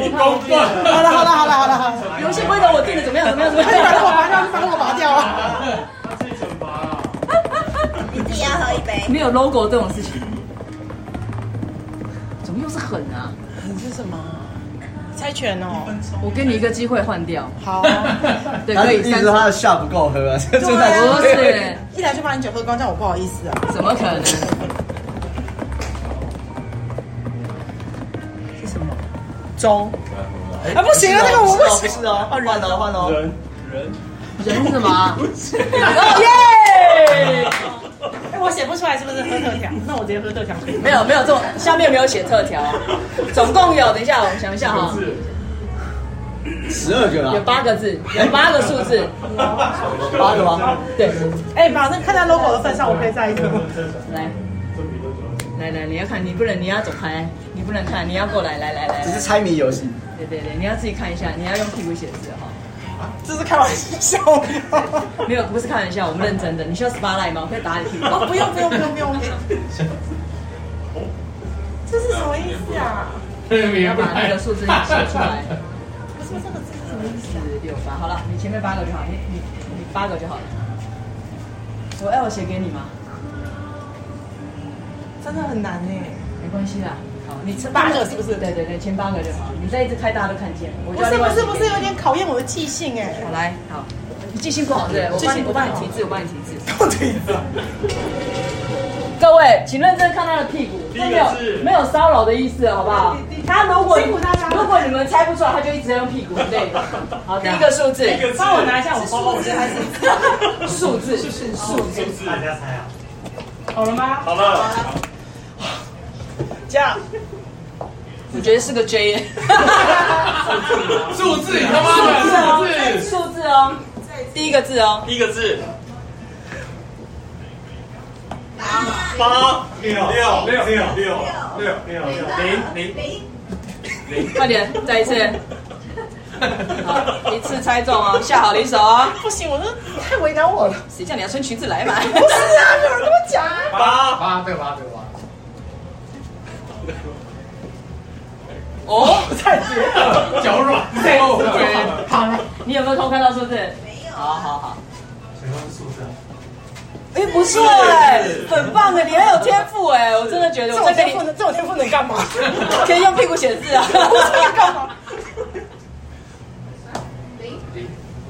Speaker 3: 你公愤，
Speaker 6: 好了好了好了好了好了，
Speaker 1: 游戏规则我定的怎么样？怎么样？怎么
Speaker 6: 快点把我
Speaker 1: 样？
Speaker 6: 拔掉，把我拔掉啊！
Speaker 3: 他自己惩罚啊，
Speaker 7: 你自己要喝一杯。
Speaker 1: 没有 logo 这种事情。怎么又是狠啊？
Speaker 6: 你是什么？猜拳哦。
Speaker 1: 我给你一个机会换掉，
Speaker 6: 好，
Speaker 1: 对，
Speaker 4: 他
Speaker 1: 可以
Speaker 4: 一
Speaker 1: 三
Speaker 4: 直
Speaker 1: 十
Speaker 4: 说。他的下不够喝啊，这这才是
Speaker 1: 不是，
Speaker 6: 一来就把你酒喝光，这样我不好意思啊。
Speaker 1: 怎么可能？
Speaker 6: 是什么？粥。
Speaker 4: 哎
Speaker 6: 啊不行啊那个我不
Speaker 4: 不是哦，不是哦换哦换哦，
Speaker 3: 人人
Speaker 1: 人是吗？耶！
Speaker 6: 哎，我写不出来是不是喝特调？那我直接喝特调可以吗？
Speaker 1: 没有没有这种，下面没有写特条，总共有，等一下我们想一下哈，
Speaker 3: 是
Speaker 4: 十二个
Speaker 1: 有
Speaker 4: 啊，
Speaker 1: 八个字，有八个数字，
Speaker 4: 八个吗？
Speaker 1: 对，
Speaker 6: 哎，把那看在 logo 的份上，我可以再一个吗。
Speaker 1: 来来来，你要看，你不能，你要走开，你不能看，你要过来，来来来
Speaker 4: 只，是猜谜游戏，
Speaker 1: 对对对，你要自己看一下，你要用屁股写字哈，
Speaker 6: 这是开玩笑的。
Speaker 1: 没有，不是开玩笑，我们认真的，你需要 spotlight 吗？我可以打你屁股，
Speaker 6: 哦，不用不用不用不用。这是什么意思啊？
Speaker 9: 明
Speaker 1: 要把那
Speaker 9: 白
Speaker 1: 个数字写出来，
Speaker 6: 不是这个字是什么意思啊
Speaker 1: 四？六八，好了，你前面八个就好，你你你八个就好了，我哎我写给你吗？
Speaker 6: 真的很难呢。
Speaker 1: 没关系啦，好，你前
Speaker 6: 八个是不是
Speaker 1: 对对对，前八个就好，你再一直开大家都看见，我
Speaker 6: 不
Speaker 1: 就要
Speaker 6: 是
Speaker 1: 另
Speaker 6: 不
Speaker 1: 外
Speaker 6: 是不
Speaker 1: 写给
Speaker 6: 是，
Speaker 1: 你
Speaker 6: 有点考验我的记性哎。
Speaker 1: 好来，好，你记性不好对不对，我帮你，我帮你提字，我帮你提字。各位，请认真看他的屁股，
Speaker 3: 第
Speaker 1: 这
Speaker 3: 一个
Speaker 1: 没有
Speaker 3: 是
Speaker 1: 没有骚扰的意思，好不好？他如果
Speaker 6: 辛苦大家了
Speaker 1: 如果你们猜不出来，他就一直在用屁股， 对。好，第一个数字，
Speaker 6: 帮我拿一下我包包，我觉得还是。
Speaker 1: 数字，哦数字，
Speaker 3: 是大家猜啊，
Speaker 6: 好了吗？
Speaker 3: 好了，
Speaker 6: 这样。
Speaker 1: 我觉得是个 J 耶。
Speaker 9: 数字，你他妈的数字，
Speaker 1: 数字哦，第一个字哦，
Speaker 3: 一个字，八六六六六六六六零零零，
Speaker 1: 快点，再一次。好，一次猜中 哦，下好离手哦。
Speaker 6: 不行，我这太为难我了。
Speaker 1: 谁叫你要穿裙子来嘛？
Speaker 6: 不是啊，有人跟我讲啊。
Speaker 3: 八
Speaker 9: 八对八对八，
Speaker 1: 哦，
Speaker 6: 太绝了。
Speaker 9: 脚软，后悔，
Speaker 1: 你有没有偷看到数字？没有。好好好。哎，不错哎，很棒哎，你很有天赋哎，我真的觉得
Speaker 6: 这
Speaker 1: 我
Speaker 6: 种
Speaker 1: 在跟
Speaker 6: 天赋
Speaker 1: 你
Speaker 6: 能，这种天赋能干嘛？
Speaker 1: 可以用屁股写字啊。
Speaker 6: 我这要干嘛？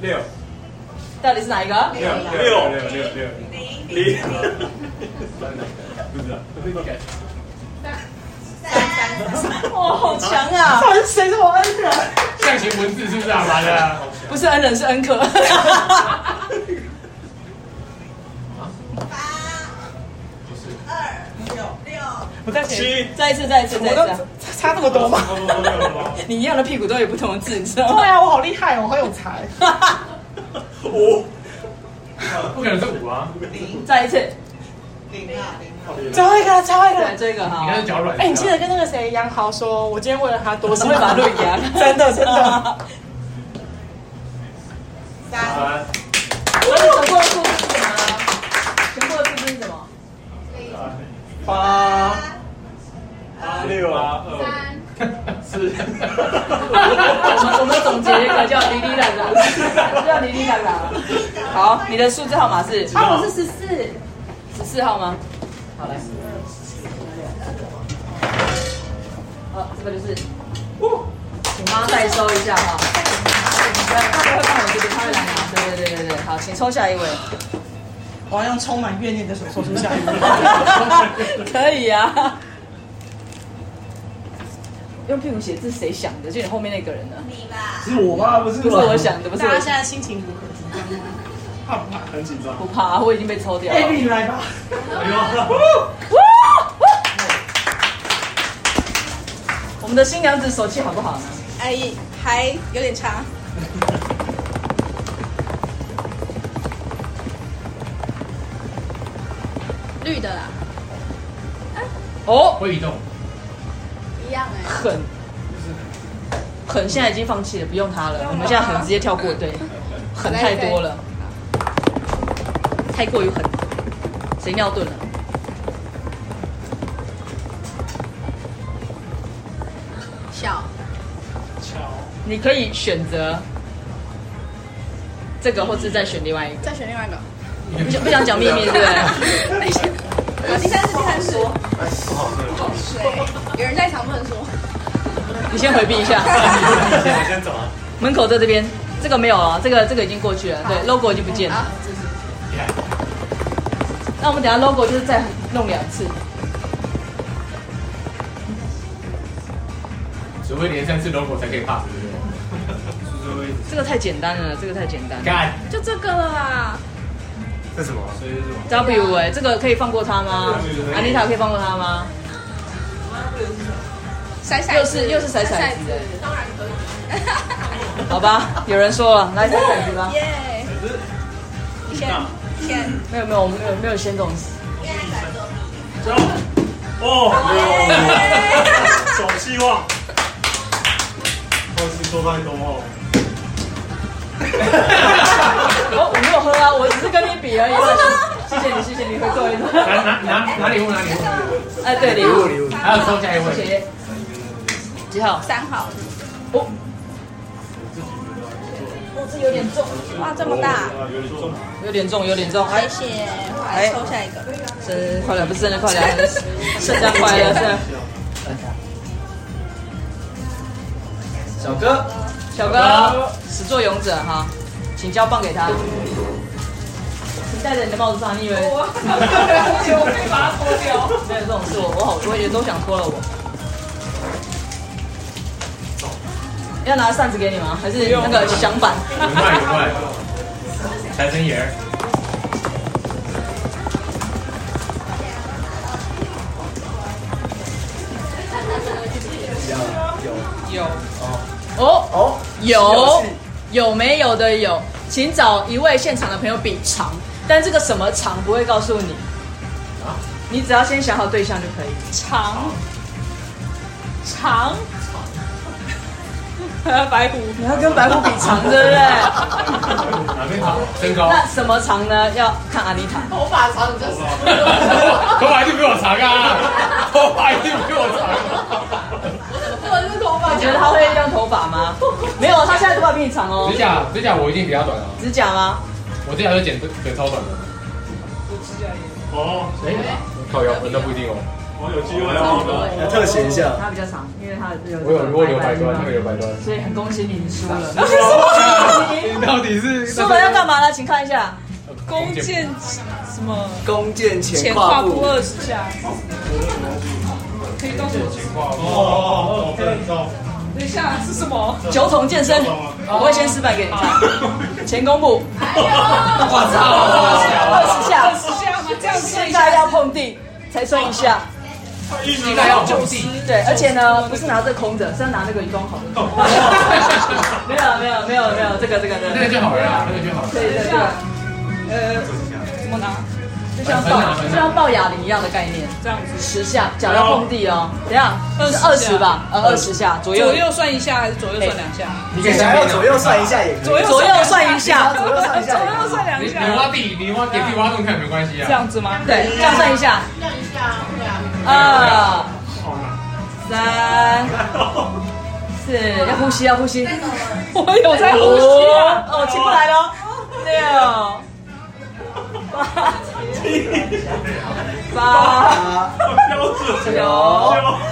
Speaker 3: 六
Speaker 1: 到底是哪一个？
Speaker 3: 六六六六六零，不知道，
Speaker 7: 三三
Speaker 1: 哇，好强啊！
Speaker 8: 到底是谁是我恩人？
Speaker 9: 象形文字是不是啊？完了，
Speaker 1: 不是恩人，是恩 客。
Speaker 8: 我在七，
Speaker 1: 再一次，再一次，再啊
Speaker 8: 我
Speaker 1: 一
Speaker 8: 都
Speaker 1: 次。
Speaker 8: 差这么多吗？
Speaker 1: 你一样的屁股都有不同的字，你知道
Speaker 8: 对
Speaker 1: 吗？
Speaker 8: 啊，我好厉害哦，我很有才。
Speaker 1: 啊
Speaker 9: 不可能是五啊！
Speaker 1: 再一次，啊
Speaker 8: 最后一个，最后一
Speaker 1: 对
Speaker 8: 个。
Speaker 1: 这个哈
Speaker 9: 你，看是脚软。
Speaker 8: 哎、你记得跟那个谁杨豪说，我今天为了他多
Speaker 1: 我
Speaker 8: 辛
Speaker 1: 是
Speaker 8: 苦。
Speaker 1: 会把路牙
Speaker 8: 真的真的。
Speaker 9: 三
Speaker 1: 那你想过的数字是什么呢？想过的数字是什么？
Speaker 4: 八六
Speaker 9: 八二
Speaker 7: 三
Speaker 9: 四，
Speaker 1: 我们我们总结一个叫“滴滴答答”，叫“滴滴答答”。好，你的数字号码是？
Speaker 7: 啊，我是十四，
Speaker 1: 十四号吗？好来。好，哦这个就是，请帮代收一下哈。对，他们会帮我们这边，他会来拿。对对对对对，好，请抽下一位。
Speaker 8: 我要用充满怨念的手说出下一个。
Speaker 1: 可以啊。用屁股写字谁想的？就你后面那个人呢？
Speaker 7: 你吧，
Speaker 3: 是我吗？不是
Speaker 1: 不是我想的，不是
Speaker 8: 大
Speaker 1: 我
Speaker 8: 家现在心情如何？紧张吗？怕不怕？
Speaker 3: 很紧张。
Speaker 1: 不怕，我已经被抽掉了。
Speaker 8: a
Speaker 1: 哎
Speaker 8: 哎你来吧。
Speaker 1: 我们的新娘子手气好不好呢？
Speaker 7: 哎，还有点差，绿的啦，
Speaker 1: 哦，
Speaker 9: 会移动，
Speaker 7: 一样哎、
Speaker 1: 狠，狠，现在已经放弃了，不用他了。我们现在狠直接跳过，对，狠太多了，太过于狠，谁尿遁了？
Speaker 7: 小
Speaker 1: 你可以选择这个，或是再选另外一个。
Speaker 7: 再选另外一个。
Speaker 1: 不想不想讲秘密，对不对？
Speaker 7: 等一下，好第三次，第三次，好水，有人在场不能说。
Speaker 1: 你先回避一下。
Speaker 4: 我先走啊。
Speaker 1: 门口在这边，这个没有啊，这个这个已经过去了，对，logo 已经不见了。
Speaker 7: 好，这是
Speaker 9: 厉害，
Speaker 1: 那我们等一下 logo 就是再弄两次。
Speaker 9: 只会连三次 logo 才可以 pass，对不对？
Speaker 1: 这个太简单了，这个太简单了。
Speaker 9: 干，
Speaker 7: 就这个了啦。
Speaker 4: 这什么？
Speaker 1: W 哎、这个可以放过他吗？安妮塔可以放过他吗？
Speaker 7: 甩骰子，
Speaker 1: 又是又是甩骰子
Speaker 7: 骰子，当然可以。
Speaker 1: 好吧，有人说了，来再骰子吧。
Speaker 7: 耶！先先，
Speaker 1: 没有没有，我们没有没有先动 词。
Speaker 7: 耶
Speaker 3: 总希望。或是说太多哦。
Speaker 1: 我我没有喝啊，我只是跟你比而已。谢谢你，谢谢你，会做一
Speaker 9: 拿
Speaker 1: 做。
Speaker 9: 拿拿拿礼物，拿礼物，
Speaker 1: 哎，对，礼物礼物，
Speaker 9: 还要抽下一
Speaker 1: 谢
Speaker 9: 位，
Speaker 1: 谢。几号？
Speaker 7: 三号，
Speaker 1: 哦，哦，这有点重，
Speaker 7: 哇，这么大，
Speaker 1: 有点重，有点重。哎
Speaker 7: 谢，谢，我来抽下一个。
Speaker 1: 生日快乐，不是生日快乐，圣诞快乐，圣诞。
Speaker 4: 小哥，
Speaker 1: 小哥，始作俑者哈，请交棒给他。你戴着你的帽子上，你以为
Speaker 6: 我我可以把它脱掉。
Speaker 1: 没有这种事？我我好多人都想脱了我。要拿扇子给你吗？还是那个响板？
Speaker 9: 有快有快，财神爷，
Speaker 1: 有哦哦
Speaker 4: 哦，
Speaker 1: 有有没有的有，请找一位现场的朋友比长，但这个什么长不会告诉你，啊你只要先想好对象就可以。
Speaker 6: 长长，白虎
Speaker 1: 你要跟 白虎比长，对不对？
Speaker 9: 哪边好？身 高，
Speaker 1: 那什么长呢？要看安妮塔。
Speaker 9: 头发一定比我长啊，头发一定比啊我
Speaker 1: 你觉得他会用头发 吗？没有，他现在头发比你长
Speaker 9: 长。
Speaker 1: 哦
Speaker 9: 指。甲指甲我一定比他短啊，
Speaker 1: 指甲吗？
Speaker 9: 我指甲就剪剪超短的。
Speaker 3: 哦，
Speaker 9: 哎，靠腰，那不一定哦。
Speaker 3: 我有机会哦。
Speaker 4: 来特写一下。
Speaker 1: 他比较长，因为他有
Speaker 9: 我有如果留白端，那个留白端。
Speaker 1: 所以很恭喜你，你输了。
Speaker 9: 你到底是
Speaker 1: 输了要干嘛呢？请看一下，
Speaker 6: 弓箭什么
Speaker 4: 弓箭前
Speaker 6: 前
Speaker 4: 跨
Speaker 6: 跨
Speaker 4: 步
Speaker 6: 步，二十下，可以告诉我是什么？
Speaker 9: 哦哦哦，对，走，
Speaker 6: 等一下是什么？
Speaker 1: 九筒健身，我会先示范给你看。前弓步，
Speaker 9: 我操！
Speaker 1: 二十下
Speaker 6: 二，十下吗？这样子
Speaker 1: 膝盖要碰地才算一下。
Speaker 9: 膝盖要重地，
Speaker 1: 对，而且呢，不是拿这空着，是要拿那个移动好的。没有没有没有没有，这个这个这
Speaker 9: 那个
Speaker 1: 个，
Speaker 9: 就好了啊，那个就好了。
Speaker 1: 对对对，呃，
Speaker 6: 怎么拿？
Speaker 1: 就像抱就像抱哑铃一样的概念，
Speaker 6: 这样子。
Speaker 1: 十下脚要碰地哦。等一下，是二十吧？呃，二十下左右
Speaker 6: 左右算一下还是左右算两下？
Speaker 4: 你可以想要左右算一下也可以。
Speaker 1: 左右算一下，
Speaker 4: 左右算一下
Speaker 6: 左右算
Speaker 9: 你
Speaker 6: 两
Speaker 9: 你挖
Speaker 6: 下，
Speaker 9: 地，你挖给地挖洞看没关系
Speaker 6: 这
Speaker 9: 啊。
Speaker 6: 样子吗？
Speaker 1: 对，这样算一下，
Speaker 8: 这样一下，对啊，
Speaker 1: 二、三、四，要呼吸，要呼吸。
Speaker 6: 我有在呼吸啊！
Speaker 1: 哦，起不来了。六、八、八、九、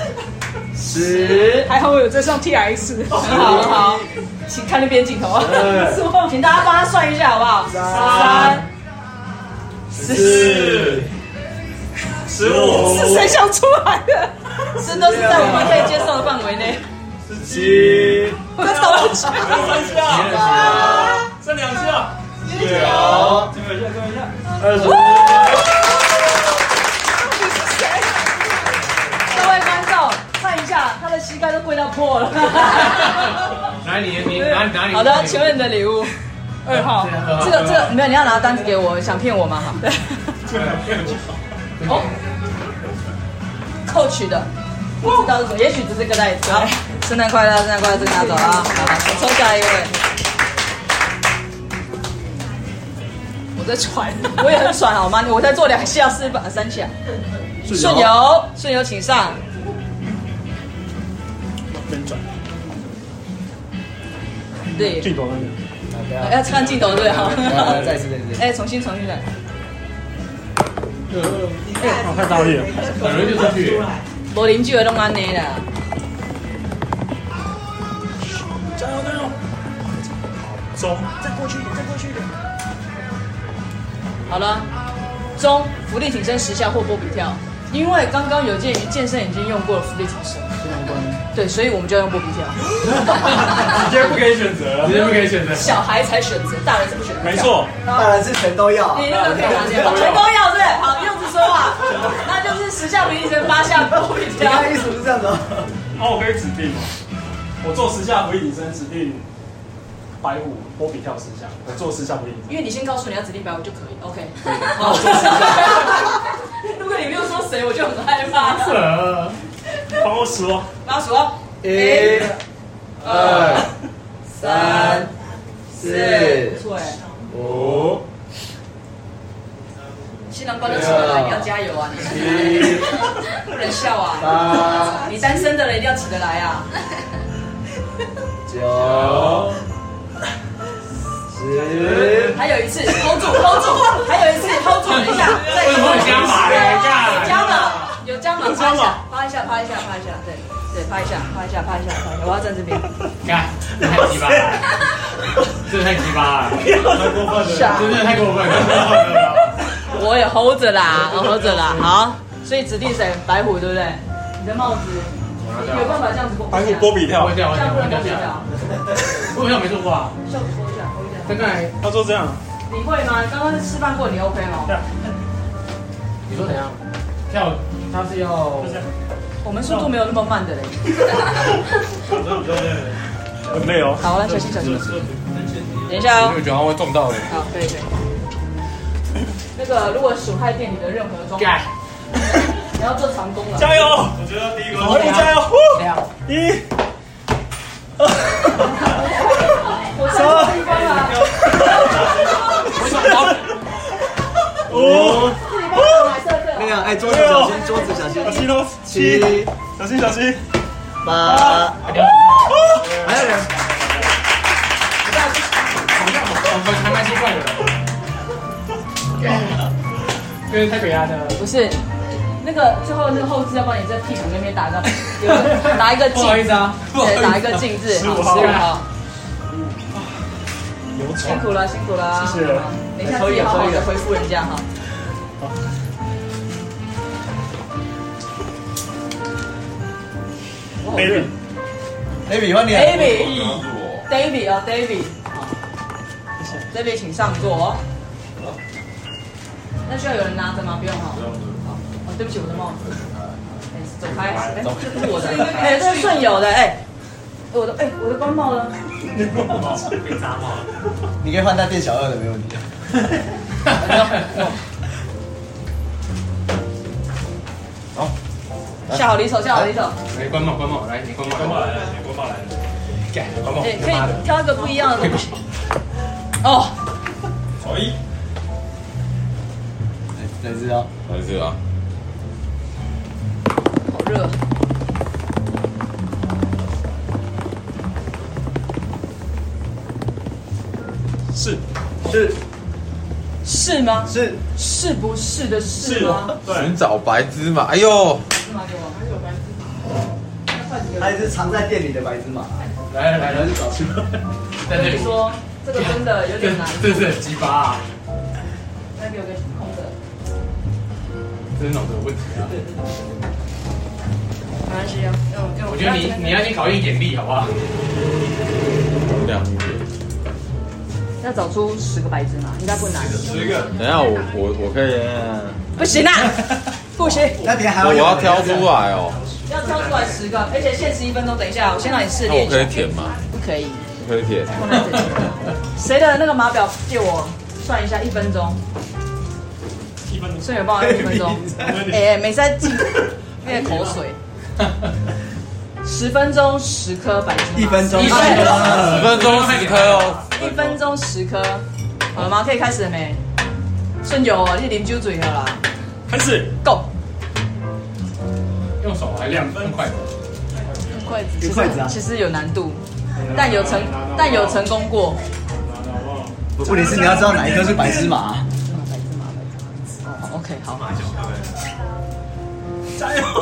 Speaker 1: 十，
Speaker 6: 还好我有在上 T S，
Speaker 1: 好好，请看那边镜头， 请大家帮他算一下好不好？三、
Speaker 3: 四十五
Speaker 6: 是谁想出来的？
Speaker 1: 这都是在我们可以接受的范围内。
Speaker 3: 十七，
Speaker 6: 我在讨论区。
Speaker 3: 剩两
Speaker 1: 啊
Speaker 3: 下，九，
Speaker 6: 啊
Speaker 3: 最后一下，最后一下，
Speaker 4: 二十
Speaker 1: 各位观众，看一下，他的膝盖都跪到破了。
Speaker 9: 来，你你拿拿你。
Speaker 1: 好的，请问你的礼 物？
Speaker 6: 二号，
Speaker 1: 这个这个没有，你要拿单子给我，想骗我 吗？哈，
Speaker 9: 哦，
Speaker 1: 扣取的，不知道是什么，也许只是个袋子。好，圣诞快乐，圣诞快乐，这个拿走啊！好，抽下一位，
Speaker 6: 我在 喘。
Speaker 1: 我也很爽好吗？我再做两下示范，三下。顺游，顺游，请上。对，镜头那要看镜头对哈。
Speaker 4: 嗯再一次，再一 次。
Speaker 1: 哎，重新重新来。
Speaker 9: 很容易就出去。
Speaker 1: 无邻居的拢安尼啦。加油加油！中，再过去一点，再过去一点。好了，中伏地挺身十下或波比跳，因为刚刚有鉴于健身已经用过了伏地挺身，对，所以我们就要用波比
Speaker 3: 直
Speaker 1: 跳。
Speaker 3: 接不可以选择
Speaker 9: 直，接不可以选择。
Speaker 1: 小孩才选择，大人是不选择。
Speaker 3: 没。错，
Speaker 4: 当然是全都要啊。
Speaker 1: 你那个可以拿掉，全都要对，好，柚子说话，那就是十下平身，八下波比
Speaker 4: 你
Speaker 1: 跳。
Speaker 4: 看意思不是这样子哦。
Speaker 3: 哦，我可以指定吗？我做十下回引身，指定白虎波比跳十下，我做十下回引身。
Speaker 1: 因为你先告诉你要指定白我就可以，OK。
Speaker 3: 好我做十
Speaker 1: 好，如果你没有说谁，我就很害怕。
Speaker 9: 呃，
Speaker 3: 帮我数哦，
Speaker 1: 老鼠哦，
Speaker 4: 嗯一、二、三、四、
Speaker 1: 不错哎，
Speaker 4: 五、
Speaker 1: 新郎官都请得来，你要加油啊！
Speaker 4: 七、
Speaker 1: 你不能笑啊！
Speaker 4: 八、
Speaker 1: 你单身的人一定要起得来啊！
Speaker 4: 九、十。
Speaker 1: 还有一次，hold 住，hold 住，还有一次，hold 住，等一 下，再
Speaker 9: 为什
Speaker 1: 一
Speaker 9: 么有
Speaker 1: 次
Speaker 9: 加码嘞？
Speaker 1: 有
Speaker 9: 干，
Speaker 1: 加码，有加码，趴一下，趴一下，趴一下，趴一下，对对，趴一下，趴一下，趴一下，趴一下，我要站这 边。
Speaker 9: 干，这太鸡巴了，这太鸡巴了，
Speaker 3: 太过分了。
Speaker 9: 真的太过分 了。
Speaker 1: 我也 hold 着啦，我 hold 着啦。好，所以指定谁？白虎对不对？你的帽子有办法这样子剥？
Speaker 3: 白虎波比跳
Speaker 9: 我，讲，
Speaker 1: 这样
Speaker 9: 我
Speaker 1: 啊
Speaker 9: 讲，
Speaker 1: 不能
Speaker 9: 我
Speaker 1: 剥皮条，
Speaker 9: 讲，我讲没做过啊。
Speaker 1: 袖子脱下，脱一下。
Speaker 9: 刚才
Speaker 3: 他说这样，
Speaker 1: 你会吗？刚刚示范过，你 OK 哦吗？
Speaker 9: 你说怎样？跳，他是要
Speaker 1: 我们速度没有那么慢的嘞。
Speaker 3: 很累哦。
Speaker 1: 好，来小心小心。等一下哦。
Speaker 9: 我觉得会中到的。
Speaker 1: 好，可以可以。那个，如果损害店里的任何装备，
Speaker 9: 干，
Speaker 1: 你要做长 工了。
Speaker 3: 加油！我觉得第一个，火力加油！呼一、
Speaker 1: 我上错地方啊了，
Speaker 3: 五、
Speaker 1: 自己帮我买设备。
Speaker 4: 那个，哎，桌子小心，桌子小心。
Speaker 3: 小心哦，七，
Speaker 4: 七、
Speaker 3: 小心小心。
Speaker 4: 八，哎还有人，
Speaker 9: 我们哦还蛮奇怪的。 就是太北岸的，
Speaker 1: 不是，那个最后那个后置要帮你在屁股那边打 个，有个打一个
Speaker 9: 不好意
Speaker 1: 镜
Speaker 9: 思，啊，
Speaker 1: 对，打一个镜字，
Speaker 3: 15
Speaker 1: 好
Speaker 3: 号
Speaker 1: 15号，
Speaker 3: 有
Speaker 1: 辛苦了，辛苦了，
Speaker 3: 谢谢
Speaker 1: 好等一下自
Speaker 9: 啊
Speaker 1: 己好好的回复人家哈。
Speaker 5: 好认。
Speaker 4: Baby，换你。啊
Speaker 5: 一
Speaker 1: David，David
Speaker 5: 我，
Speaker 1: 哦，David，好，David 请上座哦。那需要有人拿着吗？不用哈。哦，对不起，我的帽子。哎，走开，哎，这是我的，哎，这是顺友的，哎，我的，哎，我的官帽呢？
Speaker 2: 被砸爆了。
Speaker 4: 你可以换他店小二的，没问题。
Speaker 9: 啊
Speaker 4: 好，
Speaker 1: 下好离手，下好离手。
Speaker 9: 来哎关帽关帽，来你关帽，关帽来了，你关帽来了，改关帽，
Speaker 1: 哎，可以挑一个不一样 的东西。哦，
Speaker 9: 所以
Speaker 4: 哪只啊？
Speaker 5: 来这啊，
Speaker 1: 好热。
Speaker 9: 是
Speaker 4: 是
Speaker 1: 是吗？
Speaker 4: 是，
Speaker 1: 是不是的是吗？
Speaker 9: 对
Speaker 5: 寻找白芝麻，哎呦，
Speaker 1: 是吗？给我。
Speaker 4: 他一只藏在店里的白芝麻。
Speaker 9: 来来来，找去，在
Speaker 1: 跟
Speaker 9: 这
Speaker 1: 你
Speaker 9: 里，
Speaker 1: 说，这个真的有
Speaker 9: 这
Speaker 1: 点难。
Speaker 9: 这是很鸡巴啊，
Speaker 1: 再给我个空的，
Speaker 9: 这是脑子有问题啊，
Speaker 1: 没关系啊。嗯，
Speaker 9: 我觉得你你要先考验眼力好不好？
Speaker 5: 两米。
Speaker 1: 要找出十个白芝麻，应该不难。
Speaker 9: 十个，
Speaker 5: 等一下我我我可以，
Speaker 1: 不行啊，不行，
Speaker 4: 那边还有
Speaker 5: 我
Speaker 4: 两
Speaker 5: 要
Speaker 4: 个
Speaker 5: 挑出来哦，
Speaker 1: 要挑出来十个，而且限时一分钟。等一下，我先让你试
Speaker 5: 那
Speaker 1: 炼
Speaker 5: 我
Speaker 1: 一
Speaker 5: 可以
Speaker 1: 下。
Speaker 5: 舔吗？
Speaker 1: 不可以，
Speaker 5: 我可 以舔。
Speaker 1: 放在这里。谁的那个码表借我算一下，一分钟。
Speaker 9: 一分钟，
Speaker 1: 顺友帮我按一分 钟。哎、没在进，那个口水。十分钟十颗白芝麻，
Speaker 4: 一分钟
Speaker 1: 一分钟
Speaker 5: 十分钟十颗哦，
Speaker 1: 一分钟十颗，好了吗？可以开始了没？顺友哦，你啉酒醉了啦
Speaker 9: 开始，
Speaker 1: ，Go！
Speaker 9: 用手还两分快，
Speaker 1: 用筷子，
Speaker 4: 用筷子啊
Speaker 1: 其实有难度，
Speaker 9: 哎
Speaker 1: 但有成，但有成功过。
Speaker 4: 问题是你要知道哪一颗是白芝麻。
Speaker 1: 白芝麻，白芝麻。哦，OK，好，
Speaker 2: 加油！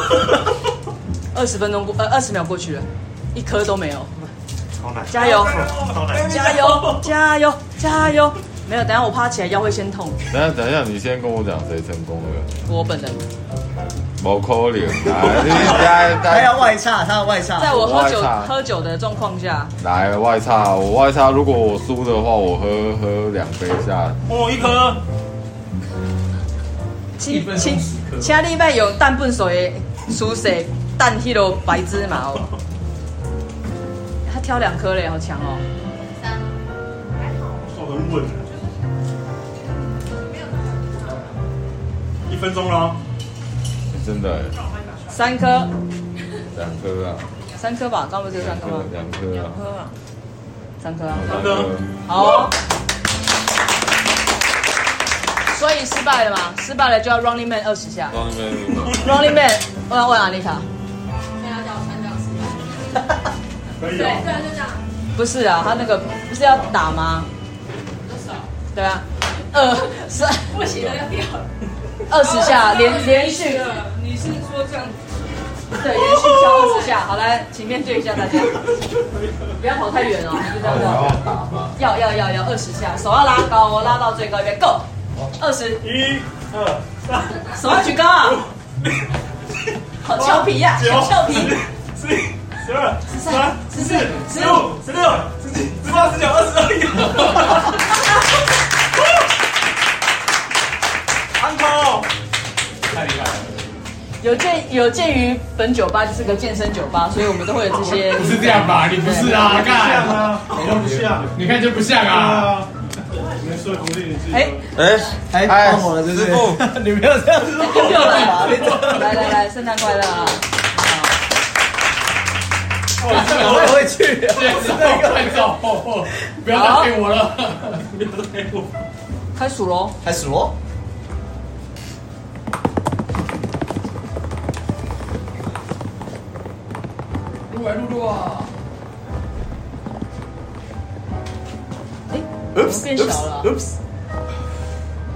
Speaker 1: 二十分钟过，呃，二十秒过去了，一颗都没有。
Speaker 2: 好难，
Speaker 1: 加油，
Speaker 2: 好难，
Speaker 1: 加油，加油，加油！没有，等一下我趴起来腰会先痛。
Speaker 5: 等一下等一下，你先跟我讲谁成功了，
Speaker 1: 我本人，
Speaker 5: 毛扣脸，来，你来
Speaker 4: 他
Speaker 1: 哎
Speaker 5: 来
Speaker 4: 要外差，他要外差。
Speaker 1: 在我喝酒
Speaker 5: 我爱他
Speaker 1: 喝酒的状况下，
Speaker 5: 来外差，我外差，如果我输的话，我喝喝两杯下，
Speaker 9: 哦一颗，一
Speaker 1: 请
Speaker 9: 分
Speaker 1: 请
Speaker 9: 钟十颗，
Speaker 1: 请你卖用蛋粪水的蔬菜蛋迄落白芝麻哦。他挑两颗嘞，好强哦！
Speaker 7: 三，
Speaker 2: 手很稳。一分钟了，
Speaker 5: 真的耶
Speaker 1: 三颗，
Speaker 5: 两颗啊，
Speaker 1: 三颗吧，刚不是有三
Speaker 5: 两
Speaker 1: 颗吗
Speaker 5: 颗？两颗啊，
Speaker 1: 颗啊，三颗啊。
Speaker 5: 两颗，
Speaker 1: 好哦、所以失败了嘛？失败了就要 Running Man 二十下。
Speaker 5: 到那边
Speaker 1: Running Man，我要问阿丽塔，
Speaker 7: 现在叫我三叫 四。
Speaker 2: 可以
Speaker 7: 对，
Speaker 2: 哦。
Speaker 7: 对啊，就这样，
Speaker 1: 不是啊，他那个不是要打吗？
Speaker 7: 多少？
Speaker 1: 对啊，二十
Speaker 7: 不行了，要掉了。
Speaker 1: 二十下连连续。
Speaker 6: 你是说这样子？
Speaker 1: 对，连续敲二十下。好，来，请面对一下大家，不要跑太远哦，就这样
Speaker 5: 我
Speaker 1: 子
Speaker 5: 要
Speaker 1: 哦。
Speaker 5: 打吗？
Speaker 1: 要要要要二十下，手要拉高哦，拉到最高一边，Go，二十，
Speaker 2: 一、二、三、
Speaker 1: 手要举高啊，好俏皮呀，
Speaker 2: 九
Speaker 1: 小俏皮，
Speaker 2: 十一、十二、十三、
Speaker 1: 十四，
Speaker 2: 十
Speaker 1: 十五，
Speaker 2: 五、十六、十七、十八、十九、二十、二十一。Uncle，
Speaker 9: 太厉害了，
Speaker 1: 有鉴有鉴于本酒吧就是个健身酒吧，所以我们都会有这些。
Speaker 9: 不是这样吧？你不是啊，
Speaker 2: 像
Speaker 9: 看，
Speaker 2: 啊，你都不像
Speaker 9: 你看就不像啊，
Speaker 2: 啊。你们说服力你自己
Speaker 1: 哎，
Speaker 5: 哎
Speaker 4: 哎，放火了，是不
Speaker 5: 师傅
Speaker 4: 是？你没有这样子
Speaker 1: 又有人
Speaker 4: 吧你这
Speaker 1: 来来来，圣诞快乐啊！
Speaker 4: 我也会去。
Speaker 9: 对，快走，不要再骗我了，
Speaker 1: 开数喽，
Speaker 4: 开始喽。
Speaker 9: 撸来撸撸啊。
Speaker 1: 哎，
Speaker 4: Oops，
Speaker 1: 变小了啊
Speaker 4: Oops，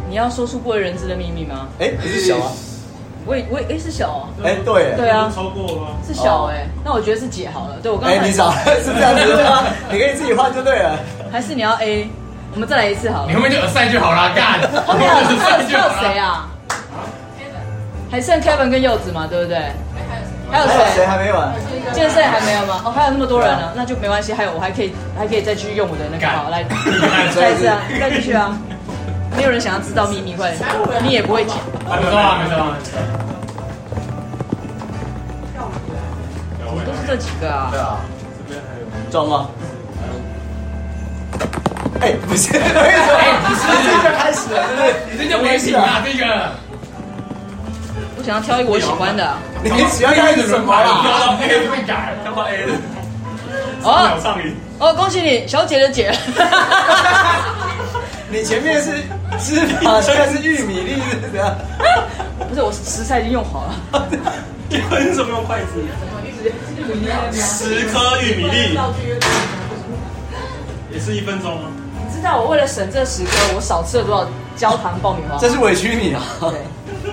Speaker 1: 你要说出不为人知的秘密吗？
Speaker 4: 哎，不是小啊。
Speaker 1: 我也我也哎是小啊，
Speaker 4: 哎，对。
Speaker 1: 对啊
Speaker 2: 超过了吗？
Speaker 1: 是小哎、那我觉得是姐好了。对我刚才
Speaker 4: 哎，你少是这样子的吗？你可以自己换就对了。
Speaker 1: 还是你要 A？我们再来一次好
Speaker 9: 你
Speaker 1: 了。哦
Speaker 9: 后面就有赛就好了，干。后
Speaker 1: 啊后面还有还有还有谁啊？
Speaker 9: 啊？
Speaker 1: 还剩 Kevin 跟柚子嘛，对不对？还有
Speaker 4: 还有谁
Speaker 1: 谁？
Speaker 4: 还没有啊？
Speaker 1: 健身还没有吗？哦，还有那么多人呢，那就没关系。还有我还可以，还可以再去用我的那个好 来，再一次啊，再继续啊。没有人想要知道秘密，快点，你也不会讲。
Speaker 9: 还没错啊，没错啊。
Speaker 1: 都是这几个啊
Speaker 4: 对。啊，这边还有装吗？哎，不是，为什么？哎，这就开始了，对
Speaker 9: 你这叫危险啊，这个。
Speaker 1: 我想要挑一个我喜欢的啊。
Speaker 4: 不对？你喜欢开始什么啊啦？
Speaker 9: 到 A 被改，跳到 A 的，
Speaker 1: 哦
Speaker 9: 上瘾。
Speaker 1: 哦，恭喜你，小姐的姐。
Speaker 4: 你前面是芝麻，现在是玉米粒，是怎样？
Speaker 1: 不是，我食材已经用好了。
Speaker 2: 你为什么用筷子？十颗玉米粒，也是一分钟吗？
Speaker 1: 你知道我为了省这十颗，我少吃了多少焦糖爆米花？
Speaker 4: 这是委屈你啊！
Speaker 1: 对，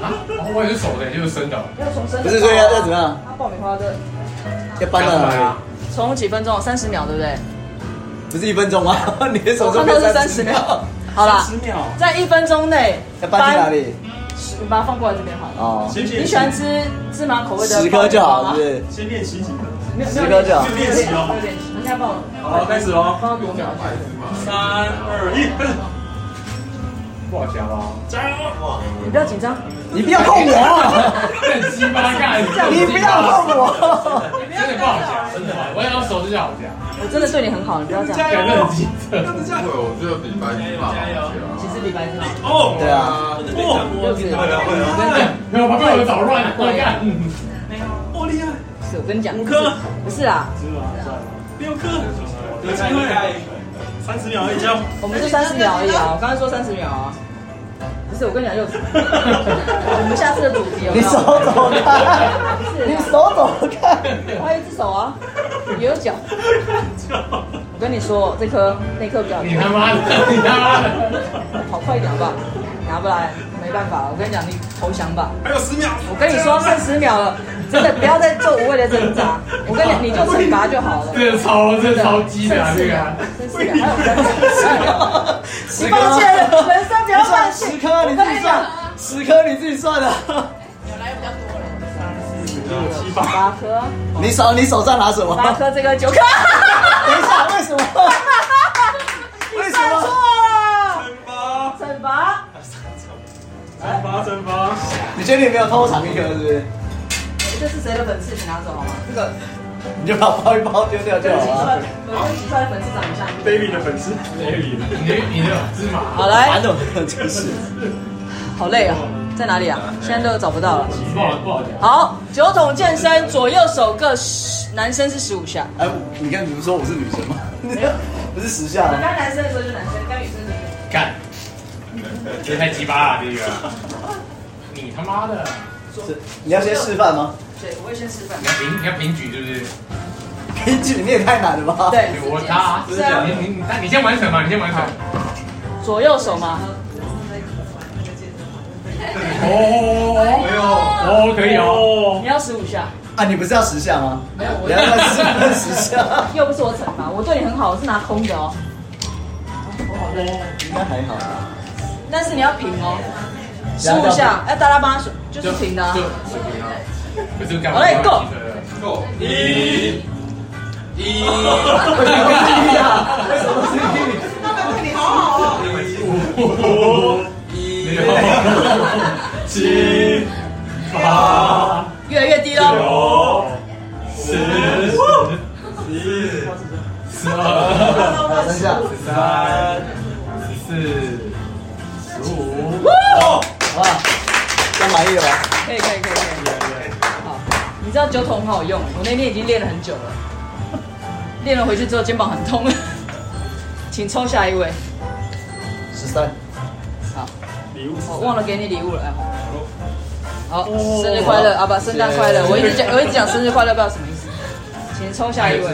Speaker 9: 啊，哦我也是熟的，就是生的。
Speaker 1: 要重生。
Speaker 4: 不是，所以要要怎么？样？
Speaker 1: 它爆米花的
Speaker 4: 要搬到哪里？
Speaker 1: 从几分钟？三十秒，对不对？
Speaker 4: 不是一分钟吗？ 你的手
Speaker 1: 我
Speaker 4: 中
Speaker 1: 看
Speaker 4: 没
Speaker 1: 到
Speaker 4: 有
Speaker 1: 是三
Speaker 4: 30
Speaker 1: 十秒。好啦，
Speaker 2: 十秒，
Speaker 1: 在一分钟内
Speaker 4: 要搬去哪？里？
Speaker 1: 你把它放过来这边好了。
Speaker 4: 哦，
Speaker 2: 先练
Speaker 1: 你喜欢吃芝麻口味的
Speaker 4: 十颗就好，是不是？
Speaker 2: 先练习几个，
Speaker 4: 十颗就好。
Speaker 2: 就练习哦。
Speaker 1: 人家帮我，
Speaker 2: 好，开始哦喽！三二一， 开始！
Speaker 9: 不好啊夹吧？
Speaker 2: 加油！哦
Speaker 1: 你不要紧张，
Speaker 4: 你不要碰 我！啊
Speaker 9: 很鸡巴干，
Speaker 4: 你不要碰我！
Speaker 9: 真的不好夹，真的。我想要熟就好夹，
Speaker 1: 我真的对你很好，你不要这样。
Speaker 9: 感觉很鸡特。
Speaker 5: 对，哎我只有比白芝麻啊
Speaker 1: 其实李白芝麻，
Speaker 2: 哦，
Speaker 4: 对啊，
Speaker 2: 哦，
Speaker 1: 柚子，
Speaker 2: 会了会了，
Speaker 9: 没有，把被我找乱了，乱干。嗯
Speaker 2: 哦厉害，
Speaker 1: 是我跟你讲，
Speaker 2: 五颗，
Speaker 1: 不是啊啦，
Speaker 2: 六颗，有机会，三十秒一交。
Speaker 1: 我们就三十
Speaker 2: 哎
Speaker 1: 秒而已啊，我刚刚说三十秒啊。不是，我跟你 讲，柚子，我们下次的主题有没
Speaker 4: 你
Speaker 1: 有？
Speaker 4: 手走开！
Speaker 1: 是
Speaker 4: 你
Speaker 1: 啊
Speaker 4: 手走开！
Speaker 1: 我还有一只手啊，也有脚。我跟你说，这颗那颗比较
Speaker 9: 你他妈的，你他妈的。
Speaker 1: 跑快一点好不好？拿不来，没办法。我跟你讲，你投降吧。
Speaker 2: 还有十秒，
Speaker 1: 我跟你说，剩十秒了，真的不要再做无谓的挣扎。我跟你，讲，你就惩罚就好了。
Speaker 9: 这个超，这个超鸡的啊，
Speaker 1: 剩
Speaker 9: 这
Speaker 1: 十
Speaker 9: 个
Speaker 1: 秒
Speaker 9: 啊。，
Speaker 1: 剩十秒，还有三 秒。你放弃了，人生不要放弃。
Speaker 4: 啊十颗你自己算，啊十颗你自己算啊的。
Speaker 7: 有来又比较多了，
Speaker 1: 八颗，
Speaker 4: 你手你手上拿什么？
Speaker 1: 八颗，这个九颗。
Speaker 4: 等一下，为什么？ 为什
Speaker 1: 算错
Speaker 4: 么？
Speaker 1: 了，
Speaker 2: 惩罚，
Speaker 1: 惩罚。
Speaker 2: 惩罚，惩罚。
Speaker 4: 你觉得你没有偷藏一颗是不是？
Speaker 1: 这是谁的粉刺，请拿走好吗？这个
Speaker 4: 你就把包一包丢掉就
Speaker 1: 跟
Speaker 4: 好
Speaker 1: 洗出来
Speaker 4: 了。，
Speaker 1: 跟洗出来的粉刺长一下。
Speaker 2: baby 的粉丝，
Speaker 9: 你的你的芝麻，
Speaker 1: 好
Speaker 4: 反
Speaker 1: 来，
Speaker 4: 正我真是，
Speaker 1: 好累啊，在哪里啊？现在都找不到了。
Speaker 9: 不好不好夹。
Speaker 1: 好，九筒健身，左右手各十，男生是十五下。
Speaker 4: 哎，你看，你不是说我是女生吗？ 不是时下吗？
Speaker 1: 该男生的时候就男生，该女生的时候
Speaker 9: 干，这太鸡巴了，这个。你他妈的，
Speaker 4: 是你要先示范吗？
Speaker 1: 就。对，我会先示范
Speaker 9: 你。要平你要平举是不是？
Speaker 4: 编剧 你也太难了吧？，
Speaker 1: 对，
Speaker 9: 我他，
Speaker 1: 是啊
Speaker 9: 你你你，那你先完成嘛，你先完成。
Speaker 1: 左右手嘛。
Speaker 9: 哦，
Speaker 2: 哎呦，
Speaker 9: 哦可以哦，
Speaker 1: 你要十五下，
Speaker 4: 啊，你不是要时下吗？
Speaker 1: 没有我
Speaker 4: 你要再示范时下，
Speaker 1: 又不是我惩罚，我对你很好，我是拿空的哦。
Speaker 4: 应该还好吧？
Speaker 1: 但是你要平哦，十五下，哎，大家帮他数，就是平的啊
Speaker 9: 就。是平啊。不是干嘛？
Speaker 1: 好嘞，go
Speaker 5: 够一，一，
Speaker 4: 为什么是你啊？为什么是你？
Speaker 9: 没有，
Speaker 2: 七八
Speaker 1: 越来越低喽。
Speaker 2: 九十
Speaker 9: 十二、
Speaker 4: 等一下，
Speaker 9: 十三、十四、十五。
Speaker 4: 好吧，这样满意了吧？
Speaker 1: 可以可以可以可以。好，你知道酒桶很好用，我那天已经练了很久了，练了回 去之后肩膀很痛。请抽下一位，
Speaker 4: 十三，
Speaker 1: 好，
Speaker 2: 礼物
Speaker 1: 我忘了给你礼物了。哎好，生日快乐，阿爸，圣诞快乐！我一直讲，我一直讲生日快乐，不知道什么意思。请抽下一位，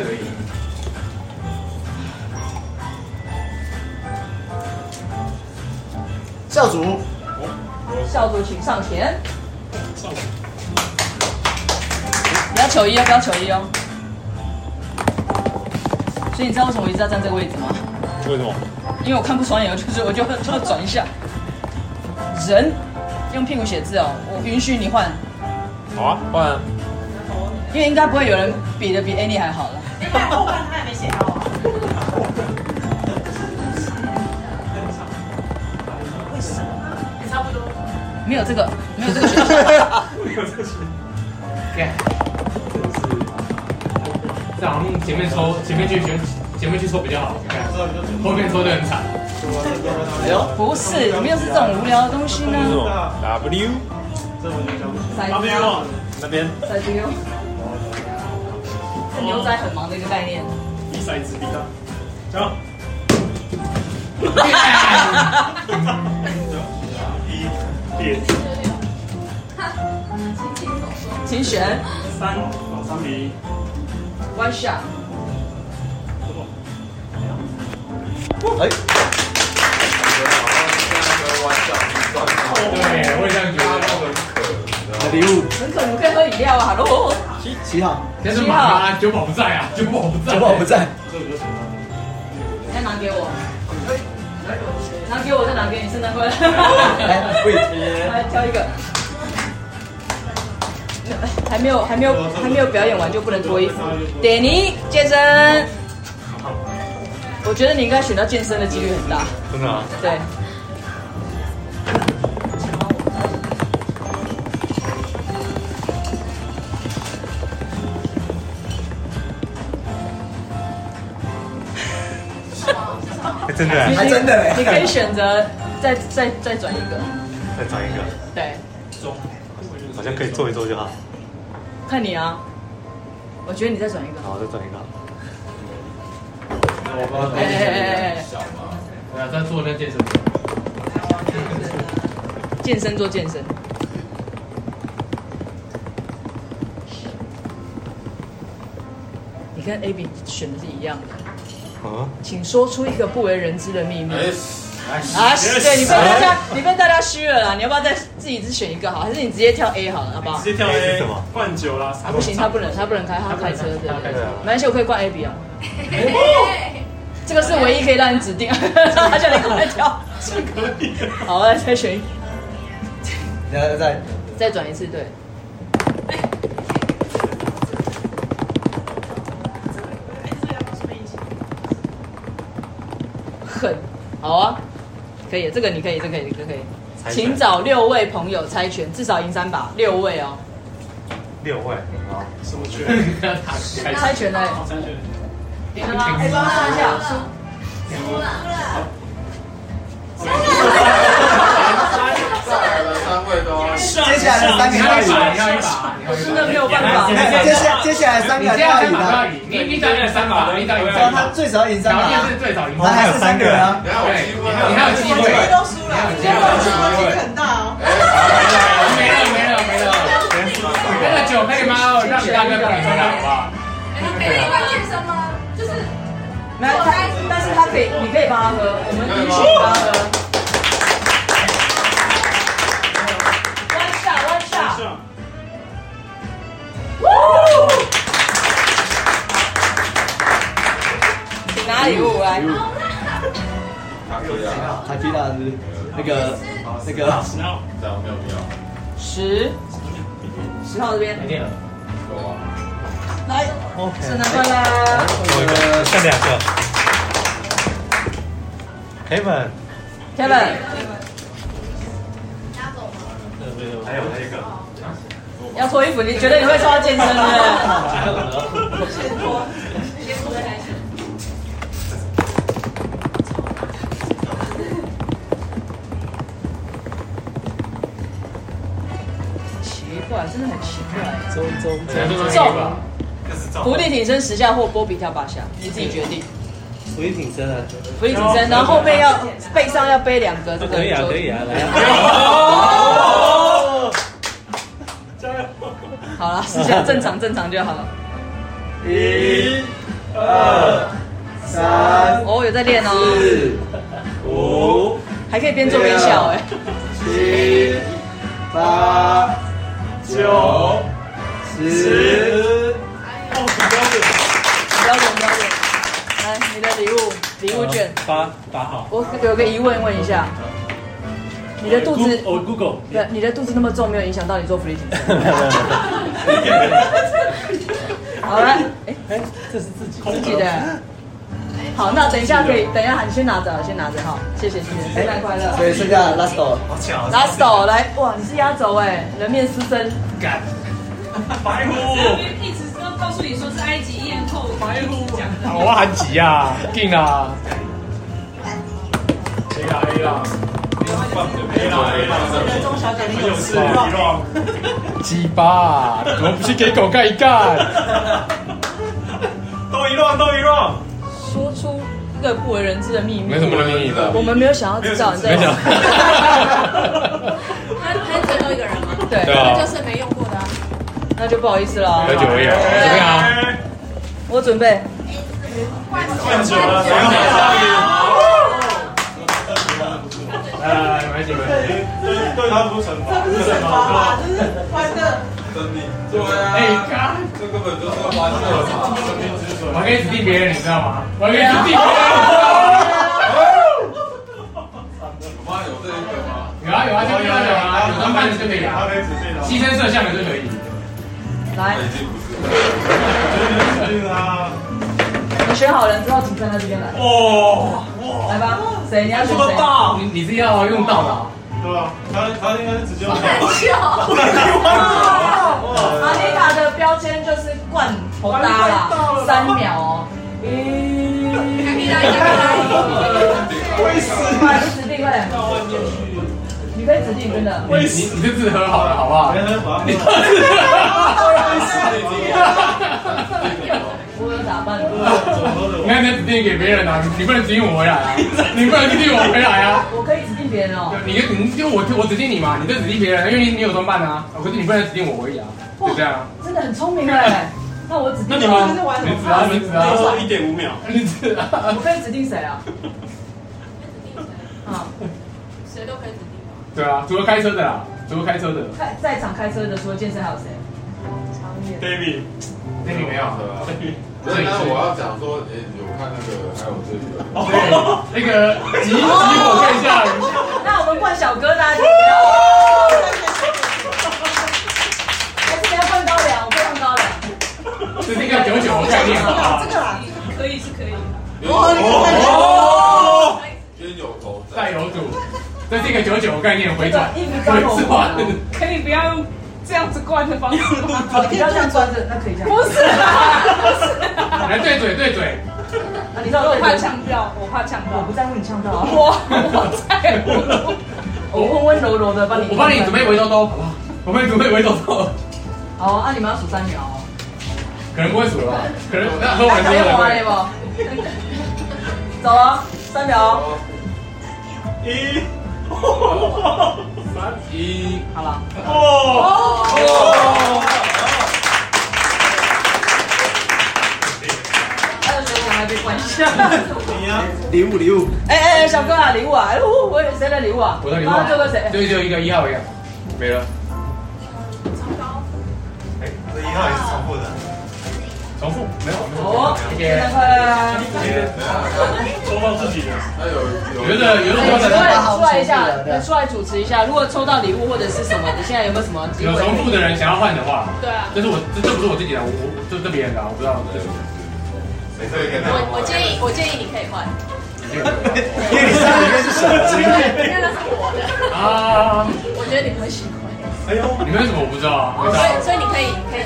Speaker 4: 教主，
Speaker 1: 校主请上前。你要求一哦，不要求一哦。所以你知道为什么我一直要站这个位置吗？
Speaker 9: 为什么？
Speaker 1: 因为我看不爽眼，我就是我就就要转一下。人用屁股写字哦，我允许你换，
Speaker 9: 好啊，不然
Speaker 1: 因为应该不会有人比的比 Annie 还好了。
Speaker 8: 哎呀，后半他还没写到啊。也差不多。
Speaker 1: 没有这个，没有这个选项。
Speaker 9: 干，这好像前面抽，前面去选，前面去抽比较好，干后面抽的很惨。
Speaker 4: 哎呦，
Speaker 1: 不是，怎么又是这种无聊的东西
Speaker 9: 这种
Speaker 1: 呢？
Speaker 9: W
Speaker 1: 塞
Speaker 2: 没有，
Speaker 9: 那边
Speaker 1: 塞丢。是牛仔很忙的一个概念。
Speaker 2: 比赛之比大。一点
Speaker 1: 请选
Speaker 2: 三三比一，
Speaker 1: one shot。
Speaker 4: 哎，
Speaker 9: 对，我也这样觉得。
Speaker 4: 礼物
Speaker 1: 很可，你们可以喝饮料啊，hello。
Speaker 4: 七七号，
Speaker 9: 但是马啊，九宝不在啊，九宝不在，
Speaker 4: 九宝不，在，
Speaker 1: 再拿给我。拿给我，再拿给你，圣诞快乐。
Speaker 4: 哎，贵姐，
Speaker 1: 来挑一个。还没有，还没有，还没有表演完就不能脱衣服。点尼健身，我觉得你应该选到健身的几率很大。
Speaker 9: 真的啊，
Speaker 1: 对。
Speaker 2: 哎
Speaker 9: 真的
Speaker 2: 欸
Speaker 4: 还真的嘞
Speaker 1: 你可以选择再再再转一个，
Speaker 2: 再找一个，
Speaker 1: 对，
Speaker 2: 好像可以做一做就好。
Speaker 1: 看你啊。我觉得你再转一个好。
Speaker 2: 好，再找一个。
Speaker 1: 哎哎哎哎哎，
Speaker 9: 我在做那健身，
Speaker 1: 健身做健身。你跟 A B 选的是一样的，
Speaker 2: 嗯，
Speaker 1: 请说出一个不为人知的秘密。
Speaker 9: 哎，
Speaker 1: 啊，是对，你被大家，你被大家虚了啦！你要不要再自己只选一个好？还是哎你直接跳 A 好了，好不好？
Speaker 2: 这条是什么？
Speaker 3: 灌酒啦，
Speaker 1: 啊，不行，他不能，他不能开，他开车，对对对
Speaker 2: 对啊。
Speaker 1: 没关系，我可以灌 A B 啊。这个是唯一可以让你指定， 他叫你赶快跳。好，我再选一，
Speaker 4: 然后再
Speaker 1: 再转一次，对。狠，好啊，可以，这个你可以，这个可以，这个可以。
Speaker 2: 猜拳
Speaker 1: 请找六位朋友猜拳，至少赢三把，六位哦。
Speaker 2: 六位，
Speaker 3: 什么圈？
Speaker 9: 开
Speaker 1: 猜拳嘞，
Speaker 3: 好，三圈。
Speaker 1: 赢了吗？哎，帮他算一下，输。
Speaker 7: 输了，
Speaker 4: 接下来的三
Speaker 9: 你
Speaker 4: 个
Speaker 9: 要一把，你要一把，
Speaker 4: 大姨
Speaker 9: 你要一把，
Speaker 1: 真的没有办法。
Speaker 4: 那哎接下接下来三
Speaker 9: 你
Speaker 4: 个
Speaker 9: 这样
Speaker 4: 大姨
Speaker 9: 三把不要
Speaker 4: 呢？
Speaker 9: 赢，你你打赢三把，你打赢
Speaker 4: 知道
Speaker 9: 三
Speaker 4: 啊他
Speaker 9: 把，
Speaker 4: 最少赢三把
Speaker 9: 条件
Speaker 4: 啊，
Speaker 9: 是最早赢
Speaker 4: 那还
Speaker 9: 三
Speaker 4: 是三个人啊，
Speaker 9: 把，对，你还有机
Speaker 8: 我
Speaker 9: 会
Speaker 8: 觉，得都输了，
Speaker 9: 你
Speaker 8: 结
Speaker 9: 还
Speaker 8: 果
Speaker 9: 有
Speaker 8: 这
Speaker 9: 机
Speaker 8: 个
Speaker 9: 会
Speaker 8: 问题。很大哦。
Speaker 9: 没了没了没了，那个酒配猫让你大哥帮你抽两把，
Speaker 7: 那肯定会去什么？就是
Speaker 1: 没有他，但是他可以，你可以帮他喝，我们允许你帮他喝。One shot, one shot。请拿礼物来，
Speaker 4: 塔吉娜是那个那个
Speaker 1: 十，十号这边，
Speaker 9: 没了。
Speaker 1: 来，
Speaker 4: ，OK，
Speaker 1: 圣诞快乐！
Speaker 4: 呃
Speaker 2: 剩两个。Kevin，
Speaker 1: Kevin，
Speaker 2: 还有还有一个，
Speaker 1: 要脱衣服，你觉得你会穿到健身的？ 奇怪，真的很奇怪。
Speaker 4: 周周
Speaker 9: 中，
Speaker 1: 伏地挺身十下或波比跳八下，你自己决定。
Speaker 4: 属于挺身啊，
Speaker 1: 伏地挺身，然后后面要背上要背两个，这个你就
Speaker 4: 啊，来
Speaker 1: 哦好了，是想正常正常就好了。
Speaker 4: 一、二、三、
Speaker 1: 哦，有在练哦，
Speaker 4: 四、五、
Speaker 1: 还可以边做边笑哎。
Speaker 4: 七、八、九、十。
Speaker 1: 不要脸不要脸，来你的礼物礼物卷
Speaker 3: 八八号。
Speaker 1: 我有个疑问问一下，你的肚子，
Speaker 3: 我哎哦 Google，
Speaker 1: 对，你的肚子那么重，没有影响到你做福利挺 身。好了，哎哎，
Speaker 3: 这是自己
Speaker 1: 自己的。好，那等一下可以，等一下你先拿着，先拿着哈，谢谢谢
Speaker 3: 哎
Speaker 1: 谢，圣诞快乐。
Speaker 4: 所以剩下 last o
Speaker 2: 好巧，
Speaker 1: 拿手来，哇，你是压轴哎，人面狮身，
Speaker 2: 干，白虎，
Speaker 6: 一直都告诉你说是埃及艳后
Speaker 2: 白虎，
Speaker 6: 讲的，
Speaker 9: 好啊，很急啊，劲啊！谁啦？谁啦？
Speaker 8: 哎
Speaker 9: 谁啦？谁啦？
Speaker 3: 哎
Speaker 8: 人中小姐你有吃
Speaker 9: 是啊鸡巴，怎么不去给狗干一干？
Speaker 2: 都一乱，都一乱，
Speaker 1: 说出这个不为人知的秘密
Speaker 5: 没。什么人理你的
Speaker 1: 我，们没有想要知道你在
Speaker 9: 没想。
Speaker 7: 他他是最后一个人吗？
Speaker 1: 对
Speaker 9: 对，啊
Speaker 7: 就是没用过的啊。
Speaker 1: 那就不好意思了
Speaker 9: 喝。酒而已啊，
Speaker 3: 哎
Speaker 9: 怎么样？
Speaker 1: 我准备，
Speaker 2: 换酒了，谁要买鲨
Speaker 9: 来来来，没事没事。
Speaker 2: 鱼？对对，他不惩罚，
Speaker 8: 这不是惩罚吧？这是欢乐。
Speaker 9: 哎，干！
Speaker 2: 这根本就是欢乐嘛，生命之水
Speaker 9: 我还可以指定别人，你知道吗？我还可以指定别人。
Speaker 2: 我妈有这一个吗？
Speaker 9: 有啊有啊，这边有啊有啊，有当伴的就可以
Speaker 2: 他
Speaker 9: 啊
Speaker 2: 可，以指定啊，
Speaker 9: 牺牲摄像的就可以。
Speaker 1: 来，
Speaker 2: 指定啊，
Speaker 1: 你选好人之后，请站到这边来，
Speaker 2: 哦，哇，
Speaker 1: 来吧，谁你要
Speaker 2: 这
Speaker 1: 选
Speaker 2: 么
Speaker 1: 谁？
Speaker 2: 大，
Speaker 9: 你你是要用到的啊，
Speaker 2: 对吧？他他应该是直接
Speaker 1: 阿丽塔的标签就是罐头搭啦，三秒哦。
Speaker 7: 看一下，看一下。
Speaker 1: 快指定快点，你可以指定真哦的。
Speaker 9: 你你你就自喝好了，好不好？你自
Speaker 1: 我有打扮，
Speaker 9: 你看你要指定给别人啊，你不能指定我回来啊，你不能指定我回来啊。
Speaker 1: 我可以指定别人哦。
Speaker 9: 你你就我我指定你嘛，你就指定别人，因为你你有装扮啊，可是你不能指定我回家，就这样啊。
Speaker 1: 真的很聪明哎。那我指定，
Speaker 8: 这是玩什
Speaker 9: 你
Speaker 8: 么
Speaker 9: 指？啊，你指啊，
Speaker 2: 一点五秒，
Speaker 9: 你指啊
Speaker 1: 我，可以指定谁啊？啊，
Speaker 7: 谁都可以指定吧。
Speaker 9: 对啊，除了开车的啦，除了开车的，
Speaker 1: 开在场开车的除了健身还有谁？常远。
Speaker 2: David，
Speaker 9: 那你没有。啊
Speaker 5: 不是，那我要讲说，哎，有看那个，还有这个，
Speaker 9: 对，那个急急火看一下，
Speaker 1: 那我们换小哥大家就不要。还是你要换高粱，我可以换高粱。
Speaker 9: 这是一个九九的概念好不好？
Speaker 8: 这个啦，
Speaker 6: 可以是可以。
Speaker 2: 哦，
Speaker 5: 冤有头
Speaker 9: 再有主，这是一个九九的概念回转，
Speaker 1: 一米
Speaker 9: 回
Speaker 1: 刚好
Speaker 9: 转，
Speaker 6: 可以不要用这样子灌的方式吗？
Speaker 1: 好，不要这样端着，那可以这样。
Speaker 6: 不是啦，不是啦，
Speaker 9: 来哎对嘴对嘴，
Speaker 1: 啊，你知道
Speaker 6: 我
Speaker 1: 我
Speaker 6: 怕
Speaker 1: 怕呛，
Speaker 6: 呛到，我怕呛
Speaker 1: 我
Speaker 6: 到
Speaker 1: 不，在乎你呛到啊。
Speaker 6: 我我在乎。
Speaker 1: 我温温柔柔的帮你。
Speaker 9: 我帮你准备围兜兜，好不好？我帮你准备围兜兜，
Speaker 1: 好，啊，你们要数三秒哦。
Speaker 9: 可能不会数了吧？可能那喝完之
Speaker 1: 打电
Speaker 9: 后
Speaker 1: 话
Speaker 9: 才
Speaker 1: 嘞不？
Speaker 9: 会。
Speaker 1: 走啊，三秒哦。
Speaker 2: 一，
Speaker 5: 三一，
Speaker 1: 好了，
Speaker 2: 哦，
Speaker 1: 二十秒还被关下。
Speaker 2: 你呀，
Speaker 4: 礼物礼物，
Speaker 1: 哎哎哎，小哥啊，礼物啊，哎呜，我谁的礼物啊？
Speaker 9: 我的礼物
Speaker 1: 啊，这个谁？
Speaker 9: 对，就一个一号一样，没了。
Speaker 2: 这一号也是重复的，
Speaker 9: 重复没有没有
Speaker 1: 哦，
Speaker 9: 谢
Speaker 1: 圣
Speaker 9: 谢
Speaker 1: 诞快乐！
Speaker 2: 抽到自己的，
Speaker 5: 还有有
Speaker 9: 我觉得有
Speaker 1: 出
Speaker 9: 的时候可能
Speaker 1: 来出来一下，出来主持一下。如果抽到礼物或者是什么，你现在有没有什么机
Speaker 9: 有
Speaker 1: 会？
Speaker 9: 重复的人想要换的话，
Speaker 7: 对啊，
Speaker 9: 这是我这这不是我自己的，我我这这别人的啊，我不知道。这
Speaker 5: 谁可以跟
Speaker 1: 啊
Speaker 5: 他？
Speaker 7: 我我建议，我建议你可以换，
Speaker 4: 因为你三里面是手机，
Speaker 7: 因为那是我的，
Speaker 9: 啊，
Speaker 7: 我觉得你不会喜欢。
Speaker 2: 哎呦，
Speaker 9: 你们为什么我不知道啊？我不知
Speaker 7: 所
Speaker 1: 哎
Speaker 9: 道
Speaker 7: 以所以你可以，你可以，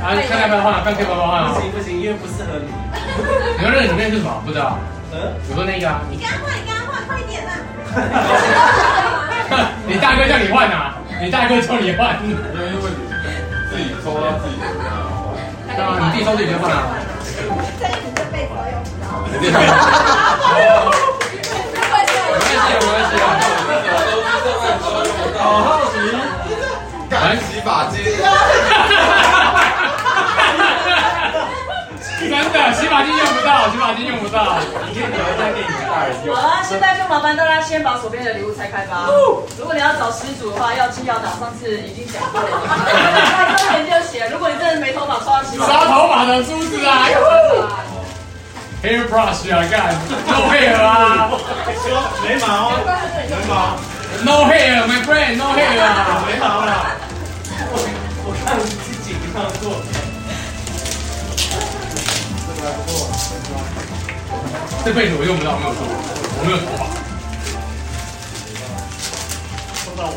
Speaker 9: 啊，看要不要换啊，看可以不要换啊。
Speaker 2: 不行，因为不适合你，
Speaker 9: 你说那里面是什么？不知道。
Speaker 2: 嗯，
Speaker 9: 我说那个啊，你
Speaker 2: 赶快，赶快，快点啊！
Speaker 9: 你大哥叫你换啊，你大哥叫你换，
Speaker 5: 因为因为你自己抽到自己的那，
Speaker 7: 他
Speaker 9: 啊，你自己抽自己就换啊。
Speaker 5: 肯定没有。
Speaker 9: 没关系，没关系啊。
Speaker 5: 好好奇，赶洗发精，
Speaker 9: 真的，洗发精用不到，洗发精用不到。
Speaker 5: 你可以留在给你的大人
Speaker 1: 好了，现在就麻烦大家先把手边的礼物拆开吧。如果你要找失主的话，要记要打，上次已经讲过了。在 上面就写，如果你真的没头发，刷洗
Speaker 9: 刷头发的梳子啊，hair brush 啊，干，露配合啊，
Speaker 2: 说眉毛，眉毛，
Speaker 9: No hair, my friend, no hair 啊！
Speaker 3: 没毛了。我我看自己这样做。
Speaker 9: 这辈子我用不到，我没有头发，我没有头发。
Speaker 3: 碰到我了。